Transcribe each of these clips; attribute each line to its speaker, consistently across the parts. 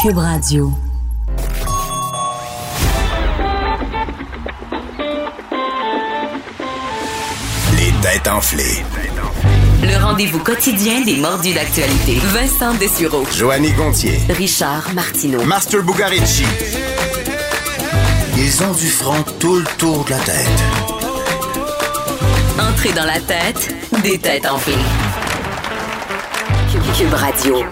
Speaker 1: Cube Radio.
Speaker 2: Les têtes enflées.
Speaker 1: Le rendez-vous quotidien des mordus d'actualité. Vincent Dessureau.
Speaker 2: Joanny Gontier.
Speaker 1: Richard Martineau.
Speaker 2: Master Bugarici. Ils ont du front tout le tour de la tête.
Speaker 1: Entrée dans la tête des têtes enflées. Cube- Cube Radio.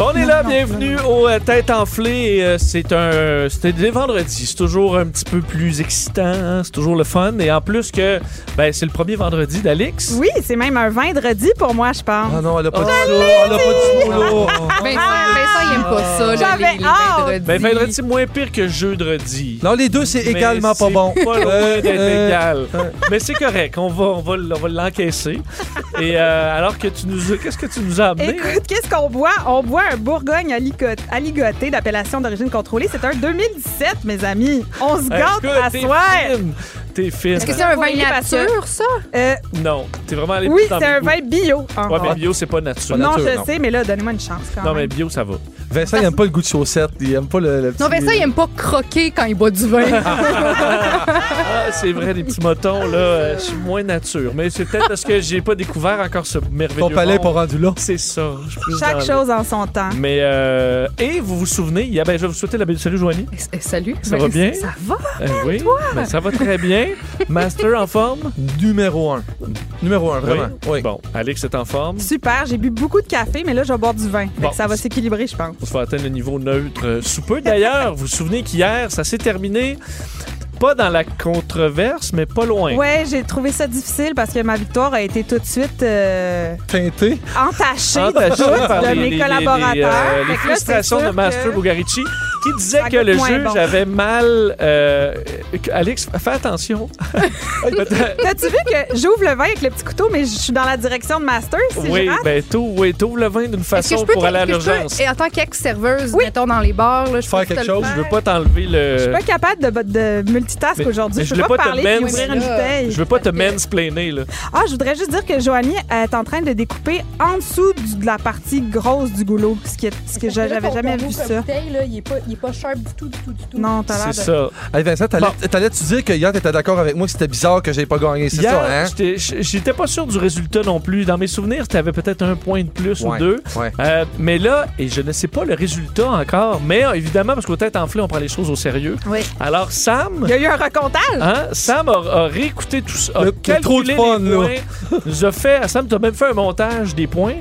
Speaker 3: On est là, bienvenue aux euh, Têtes enflées. Euh, C'est un, c'était des vendredis. C'est toujours un petit peu plus excitant. hein. C'est toujours le fun. Et en plus que, ben, c'est le premier vendredi d'Alix.
Speaker 4: Oui, c'est même un vendredi pour moi, je pense. Ah!
Speaker 5: Ah non, elle a pas de
Speaker 3: Oh, on n'a pas du tout, là.
Speaker 6: Ah, Vincent, Vincent, il aime pas ça, là,
Speaker 4: J'avais
Speaker 6: les, les
Speaker 4: hâte.
Speaker 6: vendredis.
Speaker 3: Ben, vendredi, moins pire que jeudi.
Speaker 5: Non, les deux, c'est
Speaker 3: Mais
Speaker 5: également pas
Speaker 3: c'est
Speaker 5: bon.
Speaker 3: Pas loin d'être
Speaker 5: euh,
Speaker 3: égal. Mais c'est correct. On va, on va, l- on va l'encaisser. Et euh, alors que tu nous, as- qu'est-ce que tu nous as amené?
Speaker 4: Écoute, qu'est-ce qu'on boit? On boit un Bourgogne aligot- aligoté d'appellation d'origine contrôlée. C'est un 2017, mes amis. On se
Speaker 3: Hey,
Speaker 4: gâte
Speaker 3: écoute,
Speaker 4: à
Speaker 3: t'es
Speaker 4: soir.
Speaker 3: fine. T'es fine.
Speaker 6: Est-ce que c'est un vin
Speaker 4: Oui, parce que-
Speaker 6: nature, ça?
Speaker 4: Euh,
Speaker 3: Non, t'es vraiment allé
Speaker 4: oui,
Speaker 3: plus dans
Speaker 4: c'est
Speaker 3: mes
Speaker 4: un
Speaker 3: goûts.
Speaker 4: vin bio. Ah,
Speaker 3: Ouais, mais
Speaker 4: ah.
Speaker 3: bio, c'est pas nature.
Speaker 4: non,
Speaker 5: nature,
Speaker 4: je
Speaker 5: non.
Speaker 4: sais, mais là, donnez-moi une chance quand
Speaker 3: Non, mais
Speaker 4: même.
Speaker 3: bio, ça va.
Speaker 5: Vincent, il aime pas le goût de chaussette. Il aime pas le, le petit...
Speaker 6: Non, Vincent, il aime pas croquer quand il boit du vin.
Speaker 3: Ah, c'est vrai, les petits motons, là, euh, je suis moins nature. Mais c'est peut-être parce que j'ai pas découvert encore ce merveilleux
Speaker 5: euh, Ton palais est pas
Speaker 3: monde.
Speaker 5: rendu là.
Speaker 3: C'est ça. je suis plus
Speaker 4: Chaque
Speaker 3: dans le-
Speaker 4: chose en son temps.
Speaker 3: Mais, euh, et vous vous souvenez, il y a- ben, je vais vous souhaiter la belle salut, Joanie.
Speaker 6: Eh, Salut.
Speaker 3: Ça va
Speaker 6: Ben,
Speaker 3: bien?
Speaker 6: Ça va.
Speaker 4: Ah,
Speaker 3: Euh, oui, ben, ça va très bien. Master en forme?
Speaker 5: Numéro un. Numéro un, vraiment. Oui.
Speaker 3: Bon, Alex est en forme.
Speaker 4: Super, j'ai bu beaucoup de café, mais là, je vais boire du vin. Fait que
Speaker 3: Bon.
Speaker 4: ça va s'équilibrer, je pense.
Speaker 3: On se va atteindre le niveau neutre euh, sous peu. D'ailleurs, vous vous souvenez qu'hier, ça s'est terminé pas dans la controverse, mais pas loin.
Speaker 4: Ouais, j'ai trouvé ça difficile parce que ma victoire a été tout de suite euh,
Speaker 5: Teinté.
Speaker 4: entachée,
Speaker 3: Entachée
Speaker 4: du doute
Speaker 3: par
Speaker 4: de
Speaker 3: les- les-
Speaker 4: mes
Speaker 3: les-
Speaker 4: collaborateurs.
Speaker 3: les, euh, les
Speaker 4: Fait que là, c'est
Speaker 3: frustrations de
Speaker 4: sûr
Speaker 3: Master
Speaker 4: que-
Speaker 3: Bugarici qui disait
Speaker 4: Ça
Speaker 3: que le
Speaker 4: goûte moins
Speaker 3: juge
Speaker 4: bon.
Speaker 3: avait mal. euh, que- Alex, fais attention.
Speaker 4: T'as-tu vu que j'ouvre le vin avec le petit couteau, mais je suis dans la direction de Master? Si
Speaker 3: oui,
Speaker 4: je rate?
Speaker 3: ben tout, oui, t'ouvres le vin d'une
Speaker 6: Est-ce que
Speaker 3: façon
Speaker 6: je peux
Speaker 3: pour aller à
Speaker 6: est-ce que je
Speaker 3: l'urgence. Oh,
Speaker 6: peux- Et en tant qu'ex-serveuse,
Speaker 4: Oui.
Speaker 6: mettons dans les bars, là, je
Speaker 5: Faire
Speaker 6: peux
Speaker 5: quelque
Speaker 6: te le
Speaker 5: chose,
Speaker 6: faire.
Speaker 3: Je veux pas t'enlever le.
Speaker 4: Je suis pas capable de, de multitask
Speaker 3: Mais-
Speaker 4: aujourd'hui.
Speaker 3: mais je
Speaker 4: Je peux
Speaker 3: voulais pas
Speaker 4: pas,
Speaker 3: te
Speaker 4: parler et
Speaker 3: mens-
Speaker 4: ouvrir une
Speaker 6: Oui, là.
Speaker 4: bouteille.
Speaker 3: Je veux pas te
Speaker 6: Parce que-
Speaker 3: mansplainer, là.
Speaker 4: Ah, je voudrais juste dire que Joanie est en train de découper en dessous du- de la partie grosse du goulot, ce que, ce que je- j'avais jamais vu ça.
Speaker 6: il, est pas, sharp du tout, du tout, du tout.
Speaker 4: Non, t'as l'air
Speaker 3: C'est
Speaker 4: de...
Speaker 3: ça.
Speaker 5: Allez, Vincent, t'allais- t'allais-tu dire que hier, t'étais d'accord avec moi que c'était bizarre que j'avais pas gagné, c'est
Speaker 3: Hier,
Speaker 5: ça, hein?
Speaker 3: j'étais- j- j'étais pas sûr du résultat non plus. Dans mes souvenirs, t'avais peut-être un point de plus ou
Speaker 5: Ouais,
Speaker 3: deux.
Speaker 5: ouais.
Speaker 3: Euh, mais là, et je ne sais pas le résultat encore, mais euh, évidemment, parce qu'au tête enflé, on prend les choses au sérieux.
Speaker 4: Oui.
Speaker 3: Alors, Sam,
Speaker 4: Il y a eu un recomptage?
Speaker 3: Hein? Sam a, a réécouté tout ça. a
Speaker 5: Le- le
Speaker 3: calculé
Speaker 5: trop de
Speaker 3: les
Speaker 5: fun, là.
Speaker 3: points, Nous a fait, Sam, t'as même fait un montage des points.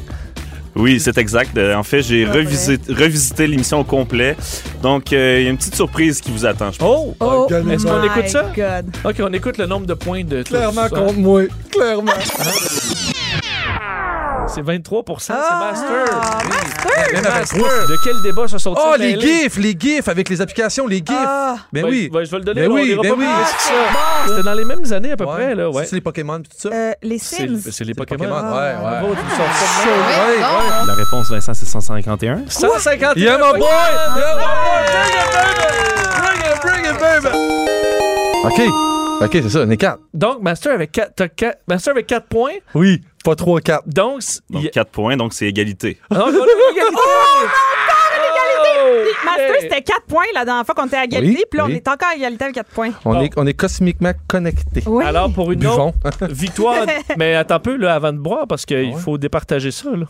Speaker 7: Oui, c'est exact. Euh, En fait, j'ai
Speaker 6: Ah,
Speaker 7: revisé- revisité l'émission au complet. Donc, euh, il y a une petite surprise qui vous attend. Je pense.
Speaker 3: Oh!
Speaker 4: Oh,
Speaker 3: Est-ce qu'on
Speaker 4: my
Speaker 3: écoute ça?
Speaker 4: God.
Speaker 3: Ok, on écoute le nombre de points de.
Speaker 5: Clairement
Speaker 3: tout ça.
Speaker 5: contre moi. Clairement.
Speaker 3: C'est 23 c'est
Speaker 5: Ah!
Speaker 3: Master.
Speaker 4: Ah,
Speaker 3: C'est
Speaker 5: Même avec
Speaker 3: Master.
Speaker 5: moi.
Speaker 3: De quel débat se sont-ils
Speaker 5: Oh, les
Speaker 3: mêlés?
Speaker 5: gifs, les gifs avec les applications, les gifs.
Speaker 4: Ah.
Speaker 5: Ben
Speaker 3: Ben,
Speaker 5: oui.
Speaker 3: ben, je vais le donner.
Speaker 5: Ben
Speaker 3: on
Speaker 5: oui,
Speaker 3: dira
Speaker 5: ben
Speaker 3: pas
Speaker 5: oui.
Speaker 3: plus que ça. C'était dans les mêmes années à peu
Speaker 5: Ouais.
Speaker 3: près, là, ouais.
Speaker 5: C'est les Pokémon pis tout ça.
Speaker 4: Euh, les
Speaker 3: C'est
Speaker 4: Sims.
Speaker 3: c'est les
Speaker 5: Les
Speaker 3: Pokémon. Ah,
Speaker 5: ouais, ouais.
Speaker 3: Bravo, tu me sors ça de même.
Speaker 5: Ouais,
Speaker 6: non.
Speaker 5: ouais.
Speaker 7: La réponse, Vincent, c'est 151.
Speaker 3: 151
Speaker 5: Yeah, my
Speaker 3: points.
Speaker 5: boy! Yeah, my boy! Bring it, baby! Bring it, baby! OK. OK, c'est ça, on est quatre.
Speaker 3: Donc, Master avec 4, Master avec quatre points.
Speaker 5: Oui, pas trois, quatre.
Speaker 3: Donc, c-
Speaker 7: Donc,
Speaker 3: il-
Speaker 7: 4 points, donc c'est égalité.
Speaker 3: Donc, on est à égalité.
Speaker 4: Oh,
Speaker 3: Oh,
Speaker 4: Master,
Speaker 3: hey.
Speaker 4: c'était 4 points la dernière fois qu'on était à égalité,
Speaker 5: Oui,
Speaker 4: puis là, on
Speaker 5: oui.
Speaker 4: est encore à égalité avec 4 points.
Speaker 5: On,
Speaker 3: Bon.
Speaker 5: est, on est cosmiquement connectés.
Speaker 4: Oui.
Speaker 3: Alors, pour une autre
Speaker 5: Buvons.
Speaker 3: victoire. Mais attends un peu, là, avant de boire, parce qu'il
Speaker 5: Ouais.
Speaker 3: faut départager ça, là.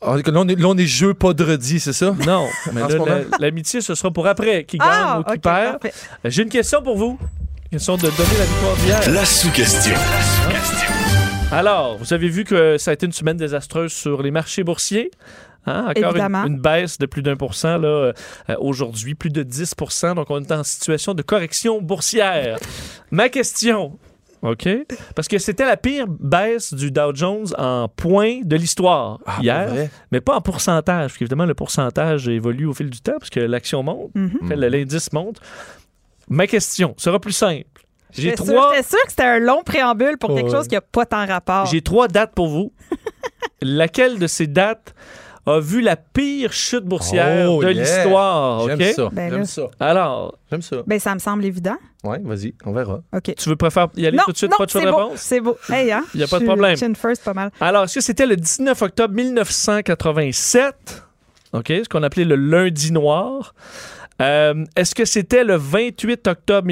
Speaker 5: On est- Ah, Là, on est, là, on est jeu podredi, c'est ça?
Speaker 3: Non, mais
Speaker 5: En ce
Speaker 3: là,
Speaker 5: moment?
Speaker 3: la- l'amitié, ce sera pour après, qui gagne
Speaker 4: ah,
Speaker 3: ou qui
Speaker 4: ok,
Speaker 3: perd.
Speaker 4: parfait.
Speaker 3: J'ai une question pour vous. Question de donner la victoire d'hier.
Speaker 2: La sous-question.
Speaker 3: Alors, vous avez vu que ça a été une semaine désastreuse sur les marchés boursiers. Hein, encore une,
Speaker 4: Évidemment.
Speaker 3: une baisse de plus d'un pour cent là, euh, euh, aujourd'hui, plus de 10 pour cent. Donc, on est en situation de correction boursière. Ma question, OK? Parce que c'était la pire baisse du Dow Jones en points de l'histoire hier,
Speaker 5: Pour vrai?
Speaker 3: mais pas en pourcentage, parce qu'évidemment, le pourcentage évolue au fil du temps, parce que l'action monte,
Speaker 4: Mhm.
Speaker 3: en fait, l'indice monte. Ma question sera plus simple. J'ai
Speaker 4: J'étais sûre-
Speaker 3: trois,
Speaker 4: J'étais sûre que c'était un long préambule pour quelque
Speaker 5: Ouais.
Speaker 4: chose qui n'a pas tant
Speaker 5: Ah.
Speaker 4: rapport.
Speaker 3: j'ai trois dates pour vous. Laquelle de ces dates a vu la pire chute boursière
Speaker 5: Oh,
Speaker 3: de
Speaker 5: yeah.
Speaker 3: l'histoire?
Speaker 5: J'aime
Speaker 3: OK?
Speaker 5: ça.
Speaker 4: Ben là.
Speaker 5: J'aime ça.
Speaker 3: Alors,
Speaker 5: J'aime ça.
Speaker 4: Ben, ça me semble évident.
Speaker 5: Ouais, vas-y, on verra.
Speaker 4: OK.
Speaker 3: tu veux préférer y aller
Speaker 4: non,
Speaker 3: tout de suite,
Speaker 4: non,
Speaker 3: pas de choix de
Speaker 4: c'est beau,
Speaker 3: réponse?
Speaker 4: C'est beau. Hey, hein?
Speaker 3: Y a pas de
Speaker 4: Je suis-
Speaker 3: problème.
Speaker 4: Je suis une first pas mal.
Speaker 3: Alors, est-ce que c'était le 19 octobre 1987? OK? Ce qu'on appelait le lundi noir. Euh, Est-ce que c'était le 28 octobre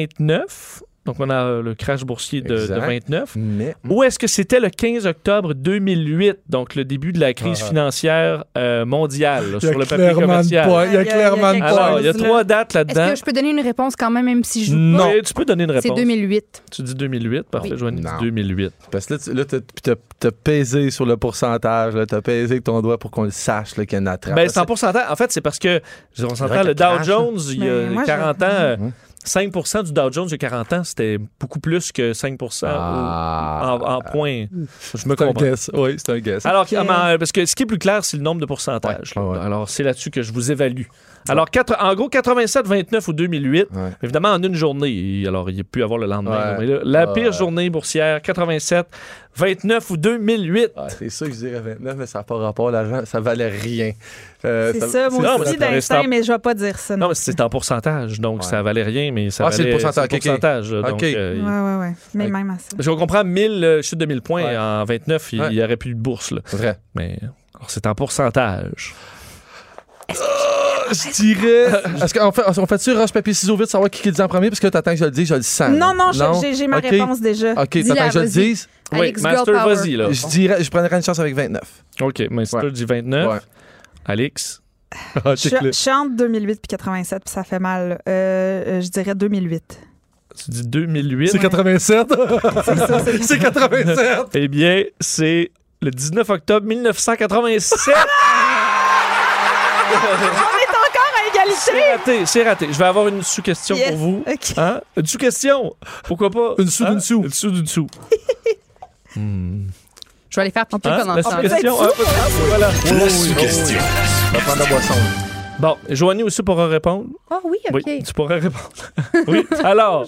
Speaker 3: 1929? Donc, on a euh, le crash boursier de, de
Speaker 5: Exact.
Speaker 3: 29.
Speaker 5: Mais
Speaker 3: Ou est-ce que c'était le 15 octobre 2008, donc le début de la crise
Speaker 5: Ah.
Speaker 3: financière euh, mondiale là,
Speaker 5: il y a
Speaker 3: sur le papier
Speaker 5: clairement de
Speaker 3: commercial?
Speaker 5: poids. Il y a
Speaker 4: Il y a-
Speaker 5: clairement de
Speaker 4: il y a-
Speaker 5: poids.
Speaker 3: Alors, il y a
Speaker 4: Là.
Speaker 3: trois dates
Speaker 6: Est-ce
Speaker 3: là-dedans.
Speaker 6: que je peux donner une réponse quand même, même si je joue
Speaker 3: Non,
Speaker 6: pas?
Speaker 3: tu peux donner une
Speaker 6: C'est
Speaker 3: réponse.
Speaker 6: 2008.
Speaker 3: Tu dis 2008, parfait,
Speaker 6: Oui.
Speaker 3: Joanie dit
Speaker 5: Non.
Speaker 3: 2008.
Speaker 5: Parce que là, tu- là, t'as- puis t'as t'as pesé sur le pourcentage, là, t'as pesé avec ton doigt pour qu'on le sache là, qu'il y a une attrape.
Speaker 3: Ben,
Speaker 5: Parce que-
Speaker 3: 100 en fait, c'est parce que, je- on s'entend,
Speaker 5: vrai
Speaker 3: le
Speaker 5: qu'elle
Speaker 3: Dow
Speaker 5: crache,
Speaker 3: Jones, il y a
Speaker 4: Mais moi,
Speaker 3: 40 ans, euh,
Speaker 5: Mhm.
Speaker 3: 5 du Dow Jones il y a 40 ans, c'était beaucoup plus que 5 au-
Speaker 5: Ah.
Speaker 3: en, en points. Je me
Speaker 5: C'est un
Speaker 3: comprends.
Speaker 5: guess. Oui, c'est un guess.
Speaker 3: Alors,
Speaker 4: Ok.
Speaker 3: ah, mais, euh, parce que ce qui est plus clair, c'est le nombre de pourcentages.
Speaker 5: Ouais.
Speaker 3: là.
Speaker 5: Ah ouais.
Speaker 3: Alors, c'est là-dessus que je vous évalue. Alors, quatre- en gros, 87, 29 ou 2008,
Speaker 5: Ouais.
Speaker 3: évidemment, en une journée. Il- Alors, il a pu avoir le lendemain. Mais
Speaker 5: Ouais.
Speaker 3: là, la pire
Speaker 5: Ouais.
Speaker 3: journée boursière, 87, 29 ou 2008.
Speaker 5: Ah, c'est sûr que je dirais 29, mais ça n'a pas rapport à l'argent, ça valait rien. Euh,
Speaker 4: C'est ça,
Speaker 3: c'est ça,
Speaker 4: mon
Speaker 3: ça
Speaker 4: petit
Speaker 3: paraît
Speaker 4: d'instinct,
Speaker 3: stable.
Speaker 4: mais je vais pas dire ça.
Speaker 3: Non,
Speaker 4: Non.
Speaker 3: mais c'est en pourcentage, donc
Speaker 5: Ouais.
Speaker 3: ça valait rien, mais ça
Speaker 5: Ah, c'est
Speaker 3: valait
Speaker 5: le pourcentage,
Speaker 3: c'est le
Speaker 5: ok, ok.
Speaker 3: pourcentage, donc,
Speaker 5: Ok.
Speaker 3: euh, il-
Speaker 4: Ouais, ouais, ouais. Mais
Speaker 5: Ouais.
Speaker 4: même à ça.
Speaker 3: Je comprends 1000 euh, chute de 1000 points
Speaker 5: Ouais.
Speaker 3: en 29, il
Speaker 5: Ouais.
Speaker 3: il y aurait plus de bourse là.
Speaker 5: C'est vrai.
Speaker 3: Mais alors, c'est en pourcentage.
Speaker 4: Ah,
Speaker 5: Je dirais. Est-ce qu'on fait, on fait-tu roche, papier, ciseaux vite, savoir qui, qui le dit en premier? Parce que t'attends que je le dise, je le sens.
Speaker 4: Non,
Speaker 5: là.
Speaker 4: non, je- j'ai j'ai ma
Speaker 5: Ah, Ok. Ah,
Speaker 4: réponse déjà.
Speaker 5: Ok,
Speaker 6: Dis-la,
Speaker 5: t'attends que je le
Speaker 6: vas-y.
Speaker 5: dise.
Speaker 6: Alex
Speaker 3: oui, Master,
Speaker 6: Girl Power.
Speaker 3: vas-y là.
Speaker 5: Je dirais, je prendrais une chance avec 29.
Speaker 3: OK, Master
Speaker 5: Ouais.
Speaker 3: dit 29.
Speaker 5: Ouais.
Speaker 3: Alex,
Speaker 4: Je,
Speaker 5: Ah, check-le.
Speaker 4: je chante 2008 puis 87, puis ça fait mal. Euh, euh, je dirais 2008.
Speaker 3: tu dis 2008.
Speaker 5: C'est 87. c'est 87.
Speaker 3: Eh bien, c'est le 19 octobre 1987.
Speaker 4: On est encore à égalité!
Speaker 3: c'est raté, c'est raté. Je vais avoir une sous-question
Speaker 4: Yes.
Speaker 3: pour vous.
Speaker 4: OK.
Speaker 3: Hein? Une sous-question. Pourquoi pas?
Speaker 5: Une sous
Speaker 3: Hein?
Speaker 5: d'une sous.
Speaker 3: Une sous d'une sous.
Speaker 6: Je vais aller faire pipi
Speaker 3: Hein?
Speaker 6: pendant
Speaker 3: La
Speaker 6: ce temps.
Speaker 3: sous-question, hein, peut-être. Voilà.
Speaker 2: La sous-question.
Speaker 5: On va prendre la boisson.
Speaker 3: Bon, Joanie aussi pourra répondre.
Speaker 6: Ah oui, OK.
Speaker 3: Oui, tu pourras répondre. oui. Alors,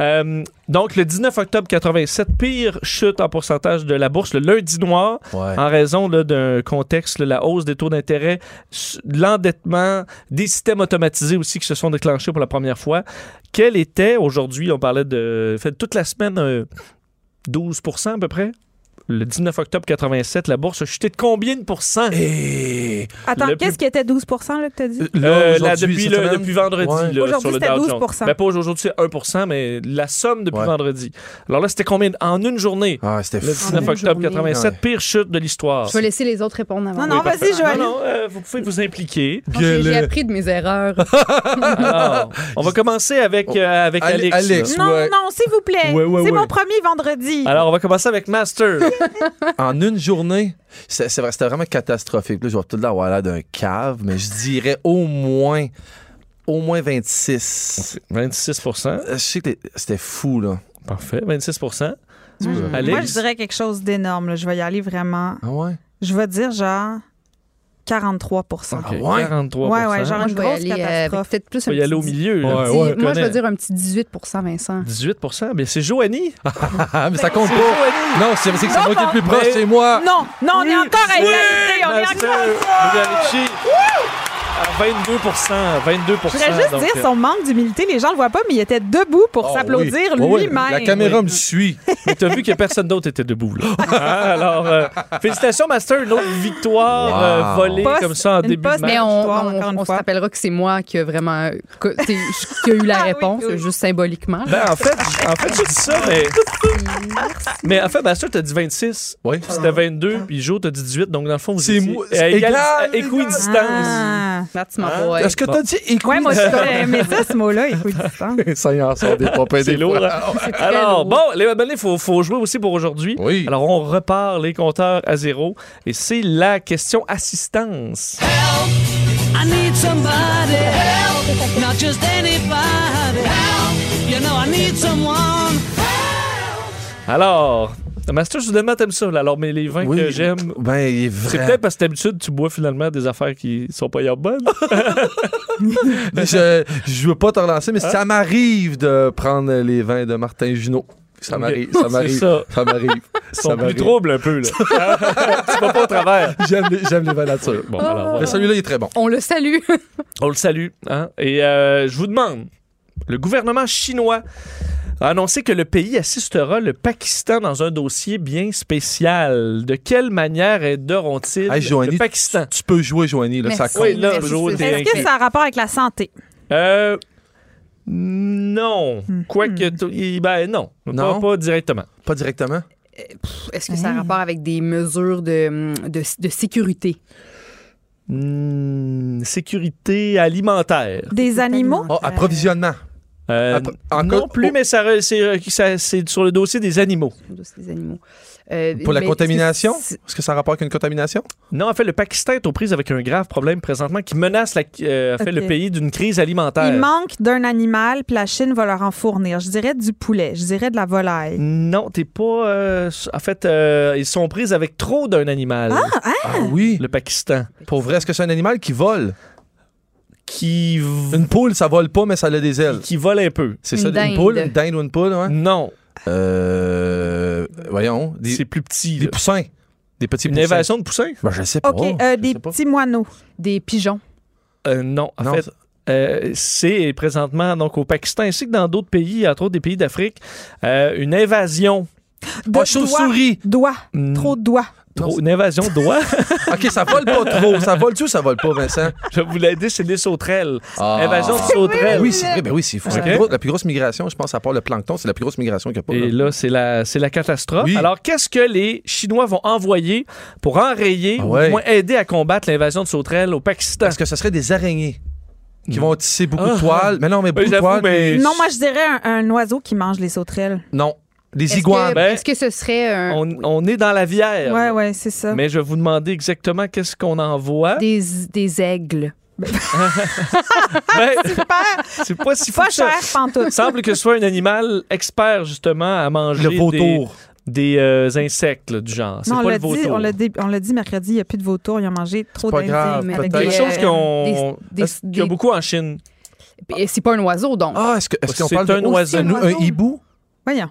Speaker 3: euh, donc le 19 octobre 87, pire chute en pourcentage de la bourse le lundi noir
Speaker 5: Ouais.
Speaker 3: en raison là, d'un contexte, là, la hausse des taux d'intérêt, s- l'endettement, des systèmes automatisés aussi qui se sont déclenchés pour la première fois. Quel était aujourd'hui, on parlait de fait toute la semaine euh, 12 à peu près le 19 octobre 87, la bourse a chuté de combien de pourcents?
Speaker 5: Eh, Et.
Speaker 4: Attends,
Speaker 3: Le
Speaker 4: qu'est-ce
Speaker 3: plus-
Speaker 4: qui était 12 là, que t'as dit?
Speaker 3: Euh, là,
Speaker 5: aujourd'hui,
Speaker 3: depuis,
Speaker 5: cette
Speaker 3: le-
Speaker 5: semaine?
Speaker 3: depuis vendredi,
Speaker 5: Ouais.
Speaker 3: là,
Speaker 4: Aujourd'hui,
Speaker 3: sur le
Speaker 4: c'était
Speaker 3: Dow Jones.
Speaker 4: 12%.
Speaker 3: Ben, pas aujourd'hui, c'est 1 mais la somme depuis
Speaker 5: Ouais.
Speaker 3: vendredi. Alors là, c'était combien? En une journée,
Speaker 5: Ah, c'était
Speaker 3: le
Speaker 5: fou.
Speaker 3: 19
Speaker 4: une
Speaker 3: octobre
Speaker 4: journée.
Speaker 3: 87,
Speaker 5: Ouais.
Speaker 3: pire chute de l'histoire.
Speaker 6: Je vais laisser les autres répondre avant.
Speaker 4: Non, non,
Speaker 3: parfait.
Speaker 4: vas-y, Joanie.
Speaker 3: Non, non, euh, vous pouvez vous impliquer.
Speaker 6: Moi, j'ai- J'ai
Speaker 5: Gueule.
Speaker 6: appris de mes erreurs.
Speaker 3: Alors, on va commencer avec, euh, avec
Speaker 5: Ale-
Speaker 3: Alex.
Speaker 5: Oh, Alex.
Speaker 3: là.
Speaker 4: Non,
Speaker 5: Ouais.
Speaker 4: non, s'il vous plaît.
Speaker 5: Ouais, ouais,
Speaker 4: c'est
Speaker 5: ouais.
Speaker 4: mon premier vendredi.
Speaker 3: Alors, on va commencer avec Master.
Speaker 5: en une journée, c'est c'est vrai, c'était vraiment catastrophique. Là, je vais peut-être l'avoir l'air d'un cave, mais je dirais au moins, au moins 26.
Speaker 3: 26
Speaker 5: Je sais que les- c'était fou, là.
Speaker 3: Parfait, 26
Speaker 6: Mmh.
Speaker 4: Moi, je-
Speaker 3: Alex.
Speaker 4: Moi, je dirais quelque chose d'énorme. là. Je vais y aller vraiment.
Speaker 5: Ah ouais?
Speaker 4: Je vais dire genre 43
Speaker 5: Ah ouais?
Speaker 3: 43
Speaker 4: Ouais, ouais, genre
Speaker 6: Moi,
Speaker 4: une
Speaker 6: je vais
Speaker 4: grosse
Speaker 6: aller euh, avec
Speaker 4: catastrophe.
Speaker 6: peut-être plus
Speaker 3: On
Speaker 6: un
Speaker 3: va y aller au
Speaker 6: petit dix-
Speaker 3: milieu. là.
Speaker 5: Ouais,
Speaker 6: petit-
Speaker 5: ouais,
Speaker 6: Moi, je vais
Speaker 3: connais.
Speaker 6: dire un petit 18 Vincent.
Speaker 3: 18 Mais c'est Joanie.
Speaker 5: Ah, mais ça compte pas. Non, c'est c'est que c'est moi qui est le plus
Speaker 3: non,
Speaker 5: proche,
Speaker 3: mais-
Speaker 5: c'est moi.
Speaker 4: Non, non, on est encore à
Speaker 3: Oui,
Speaker 4: égalité. On est
Speaker 3: Master,
Speaker 4: encore.
Speaker 3: Bugarici, à 22 22
Speaker 4: Je voudrais juste
Speaker 3: donc,
Speaker 4: dire
Speaker 3: euh,
Speaker 4: son manque d'humilité. Les gens le voient pas, mais il était debout pour
Speaker 5: Oh,
Speaker 4: s'applaudir
Speaker 5: oui. Oh, oui,
Speaker 4: lui-même.
Speaker 5: La caméra me suit.
Speaker 3: euh, mais T'as vu que personne d'autre était debout. là. Hein, alors, euh, félicitations, Master. Une autre victoire
Speaker 5: Wow.
Speaker 3: euh, volée
Speaker 4: Poste-
Speaker 3: comme ça en
Speaker 4: une
Speaker 3: début de
Speaker 4: poste-
Speaker 3: match.
Speaker 6: Mais on,
Speaker 4: Victoire,
Speaker 6: on-
Speaker 4: encore une
Speaker 6: on se
Speaker 4: fois.
Speaker 6: rappellera que c'est moi qui a vraiment que- t'sais, qui a eu la
Speaker 4: Ah oui,
Speaker 6: réponse,
Speaker 4: oui.
Speaker 6: juste symboliquement.
Speaker 3: Ben, en fait, j- en fait, je dis ça, mais. Mais en fait, Master, t'as dit 26.
Speaker 5: Oui.
Speaker 3: C'était 22, puis Jo, t'as dit 18. Donc, dans le fond, vous
Speaker 5: C'est
Speaker 3: étiez
Speaker 5: moi-
Speaker 3: à égal-
Speaker 5: égal,
Speaker 3: à
Speaker 5: égal.
Speaker 3: équidistance.
Speaker 4: Ah.
Speaker 6: Pratiquement pas, ouais.
Speaker 5: Est-ce que t'as dit
Speaker 4: Ouais, moi,
Speaker 5: écoute?
Speaker 4: je mais ça, ce mot-là, équidistant.
Speaker 5: Seigneur, ça, des popins
Speaker 3: C'est
Speaker 5: des
Speaker 3: lourd.
Speaker 5: fois.
Speaker 3: hein? Alors,
Speaker 6: lourd.
Speaker 3: bon, les abonnés, il faut, faut jouer aussi pour aujourd'hui.
Speaker 5: Oui.
Speaker 3: Alors, on repart les compteurs à zéro. Et c'est la question assistance.
Speaker 8: I need somebody help, not just anybody help. You know I need someone.
Speaker 3: Alors, Master, je vous demande, t'aimes ça, là. Alors, mais les vins hein, que j'aime.
Speaker 5: Ben, il est
Speaker 3: C'est
Speaker 5: vrai.
Speaker 3: peut-être parce que d'habitude, tu bois finalement des affaires qui sont pas hier bonnes.
Speaker 5: Je, je veux pas te relancer,
Speaker 3: Hein?
Speaker 5: mais ça m'arrive de prendre les vins de Martin Junot. Ça
Speaker 3: Ok.
Speaker 5: m'arrive, ça
Speaker 3: C'est
Speaker 5: m'arrive,
Speaker 3: ça.
Speaker 5: ça m'arrive.
Speaker 3: Ils
Speaker 5: Ça
Speaker 3: sont plus
Speaker 5: m'arrive.
Speaker 3: troubles un peu, là. tu vas pas au travers.
Speaker 5: J'aime les, j'aime les vins nature.
Speaker 3: Bon, alors,
Speaker 5: Mais
Speaker 3: voilà.
Speaker 5: celui-là, il est très bon.
Speaker 6: On le salue.
Speaker 3: On le salue. hein. Et euh, je vous demande, le gouvernement chinois a annoncé que le pays assistera le Pakistan dans un dossier bien spécial. De quelle manière aideront-ils
Speaker 5: Hey, Joanie,
Speaker 3: le Pakistan?
Speaker 5: Tu peux jouer, Joanie, là, ça
Speaker 6: Merci.
Speaker 5: compte.
Speaker 3: Oui, là,
Speaker 6: Merci,
Speaker 3: Jo,
Speaker 6: c'est
Speaker 3: t'es
Speaker 6: ça.
Speaker 3: inclus.
Speaker 4: Est-ce que ça a rapport avec la santé?
Speaker 3: Euh, non.
Speaker 4: Hmm.
Speaker 3: Quoique, tout- il- ben non. Pas,
Speaker 5: Non?
Speaker 3: pas directement.
Speaker 5: Pas directement.
Speaker 6: Est-ce que ça a rapport avec des mesures de, hum, de, de sécurité?
Speaker 3: Hmm, sécurité alimentaire.
Speaker 4: Des animaux?
Speaker 5: Oh, approvisionnement.
Speaker 3: Euh,
Speaker 5: Appro- encore-
Speaker 3: non plus,
Speaker 5: oh.
Speaker 3: mais ça re- c'est euh, ça- c'est sur le dossier des animaux.
Speaker 6: Aussi des animaux. Euh,
Speaker 5: Pour la
Speaker 6: mais-
Speaker 5: contamination?
Speaker 6: c'est-
Speaker 5: Est-ce que ça a rapport avec une contamination?
Speaker 3: Non, en fait, le Pakistan est aux prises avec un grave problème présentement qui menace la- euh, en fait,
Speaker 4: Ok.
Speaker 3: le pays d'une crise alimentaire.
Speaker 5: euh,
Speaker 4: Il manque d'un animal, puis la Chine va leur en fournir. Je dirais du poulet, je dirais de la volaille.
Speaker 3: Non, t'es pas. euh, en fait, euh, ils sont prises avec trop d'un animal,
Speaker 5: Ah oui.
Speaker 3: le Pakistan,
Speaker 5: Pour vrai, est-ce que c'est un animal qui vole?
Speaker 3: qui, v-
Speaker 5: Une poule, ça vole pas, mais ça a des ailes.
Speaker 3: qui vole un peu.
Speaker 5: C'est
Speaker 6: Une
Speaker 5: ça,
Speaker 6: dinde.
Speaker 5: une poule? Une dinde ou une poule, ouais?
Speaker 3: Non,
Speaker 5: Euh. Voyons. Des,
Speaker 3: c'est plus petit.
Speaker 5: des
Speaker 3: là.
Speaker 5: poussins. Des petits
Speaker 3: Une
Speaker 5: poussins.
Speaker 3: évasion de poussins?
Speaker 5: Ben, je sais pas.
Speaker 4: OK, euh,
Speaker 5: Je
Speaker 4: des
Speaker 5: sais pas.
Speaker 4: petits moineaux.
Speaker 6: Des pigeons.
Speaker 3: Euh, non, en
Speaker 5: Non,
Speaker 3: fait,
Speaker 5: ça-
Speaker 3: euh, c'est présentement donc au Pakistan ainsi que dans d'autres pays, entre autres des pays d'Afrique, euh, une invasion.
Speaker 4: De
Speaker 5: Oh, chauve-souris!
Speaker 4: Doigts,
Speaker 5: Hmm.
Speaker 3: Mm,
Speaker 4: trop de doigts.
Speaker 3: trop- une invasion d'oies.
Speaker 5: OK, ça vole pas trop. Ça vole tout, ça vole pas, Vincent.
Speaker 3: Je vous l'ai dit, c'est des sauterelles.
Speaker 5: Ah.
Speaker 3: Invasion de sauterelles.
Speaker 5: Oui, c'est vrai. Ben oui, c'est fou. C'est
Speaker 3: Ok.
Speaker 5: la, plus grosse- la plus grosse migration, je pense, à part le plancton, c'est la plus grosse migration qu'il y a pas.
Speaker 3: Et
Speaker 5: là.
Speaker 3: là, c'est la, c'est la catastrophe.
Speaker 5: Oui.
Speaker 3: Alors, qu'est-ce que les Chinois vont envoyer pour enrayer
Speaker 5: Ah
Speaker 3: ou
Speaker 5: ouais.
Speaker 3: au moins aider à combattre l'invasion de sauterelles au Pakistan?
Speaker 5: Est-ce que ce serait des araignées qui
Speaker 3: Mm.
Speaker 5: vont tisser beaucoup
Speaker 3: Ah.
Speaker 5: de toiles? Mais non, mais beaucoup
Speaker 3: Oui,
Speaker 5: de
Speaker 3: j'avoue,
Speaker 5: toiles.
Speaker 3: mais-
Speaker 4: Non, moi, je dirais un, un oiseau qui mange les sauterelles.
Speaker 5: Non. Des
Speaker 6: Est-ce
Speaker 5: iguanes.
Speaker 6: que,
Speaker 3: Ben,
Speaker 6: est-ce que ce serait un-
Speaker 3: On, on est dans la vière.
Speaker 4: Ouais, ouais, c'est ça.
Speaker 3: Mais je vais vous demander exactement qu'est-ce qu'on envoie.
Speaker 6: des, des aigles?
Speaker 3: Ben,
Speaker 4: Super,
Speaker 3: c'est pas si fou
Speaker 4: pas
Speaker 3: que ça.
Speaker 4: cher,
Speaker 3: Il
Speaker 4: pantoute.
Speaker 3: semble que ce soit un animal expert justement à manger
Speaker 5: Le vautour.
Speaker 3: des, des, euh, insectes là, du genre. C'est
Speaker 4: Non,
Speaker 3: pas
Speaker 4: on
Speaker 3: le
Speaker 4: l'a dit,
Speaker 3: vautour.
Speaker 4: on l'a dit, on l'a dit mercredi, il n'y a plus de vautours, ils ont mangé trop
Speaker 5: pas grave,
Speaker 4: d'indiens.
Speaker 6: Mais
Speaker 4: avec
Speaker 5: peut-être.
Speaker 4: des-
Speaker 3: Quelque chose qu'on
Speaker 6: des-
Speaker 3: est-ce qu'il y a
Speaker 6: des-
Speaker 3: beaucoup en Chine.
Speaker 6: Et C'est pas un oiseau, donc.
Speaker 5: Ah, est-ce que- est-ce qu'on
Speaker 3: C'est
Speaker 5: parle
Speaker 3: un
Speaker 5: de-
Speaker 3: oiseau.
Speaker 5: Un, un hibou?
Speaker 4: Voyons.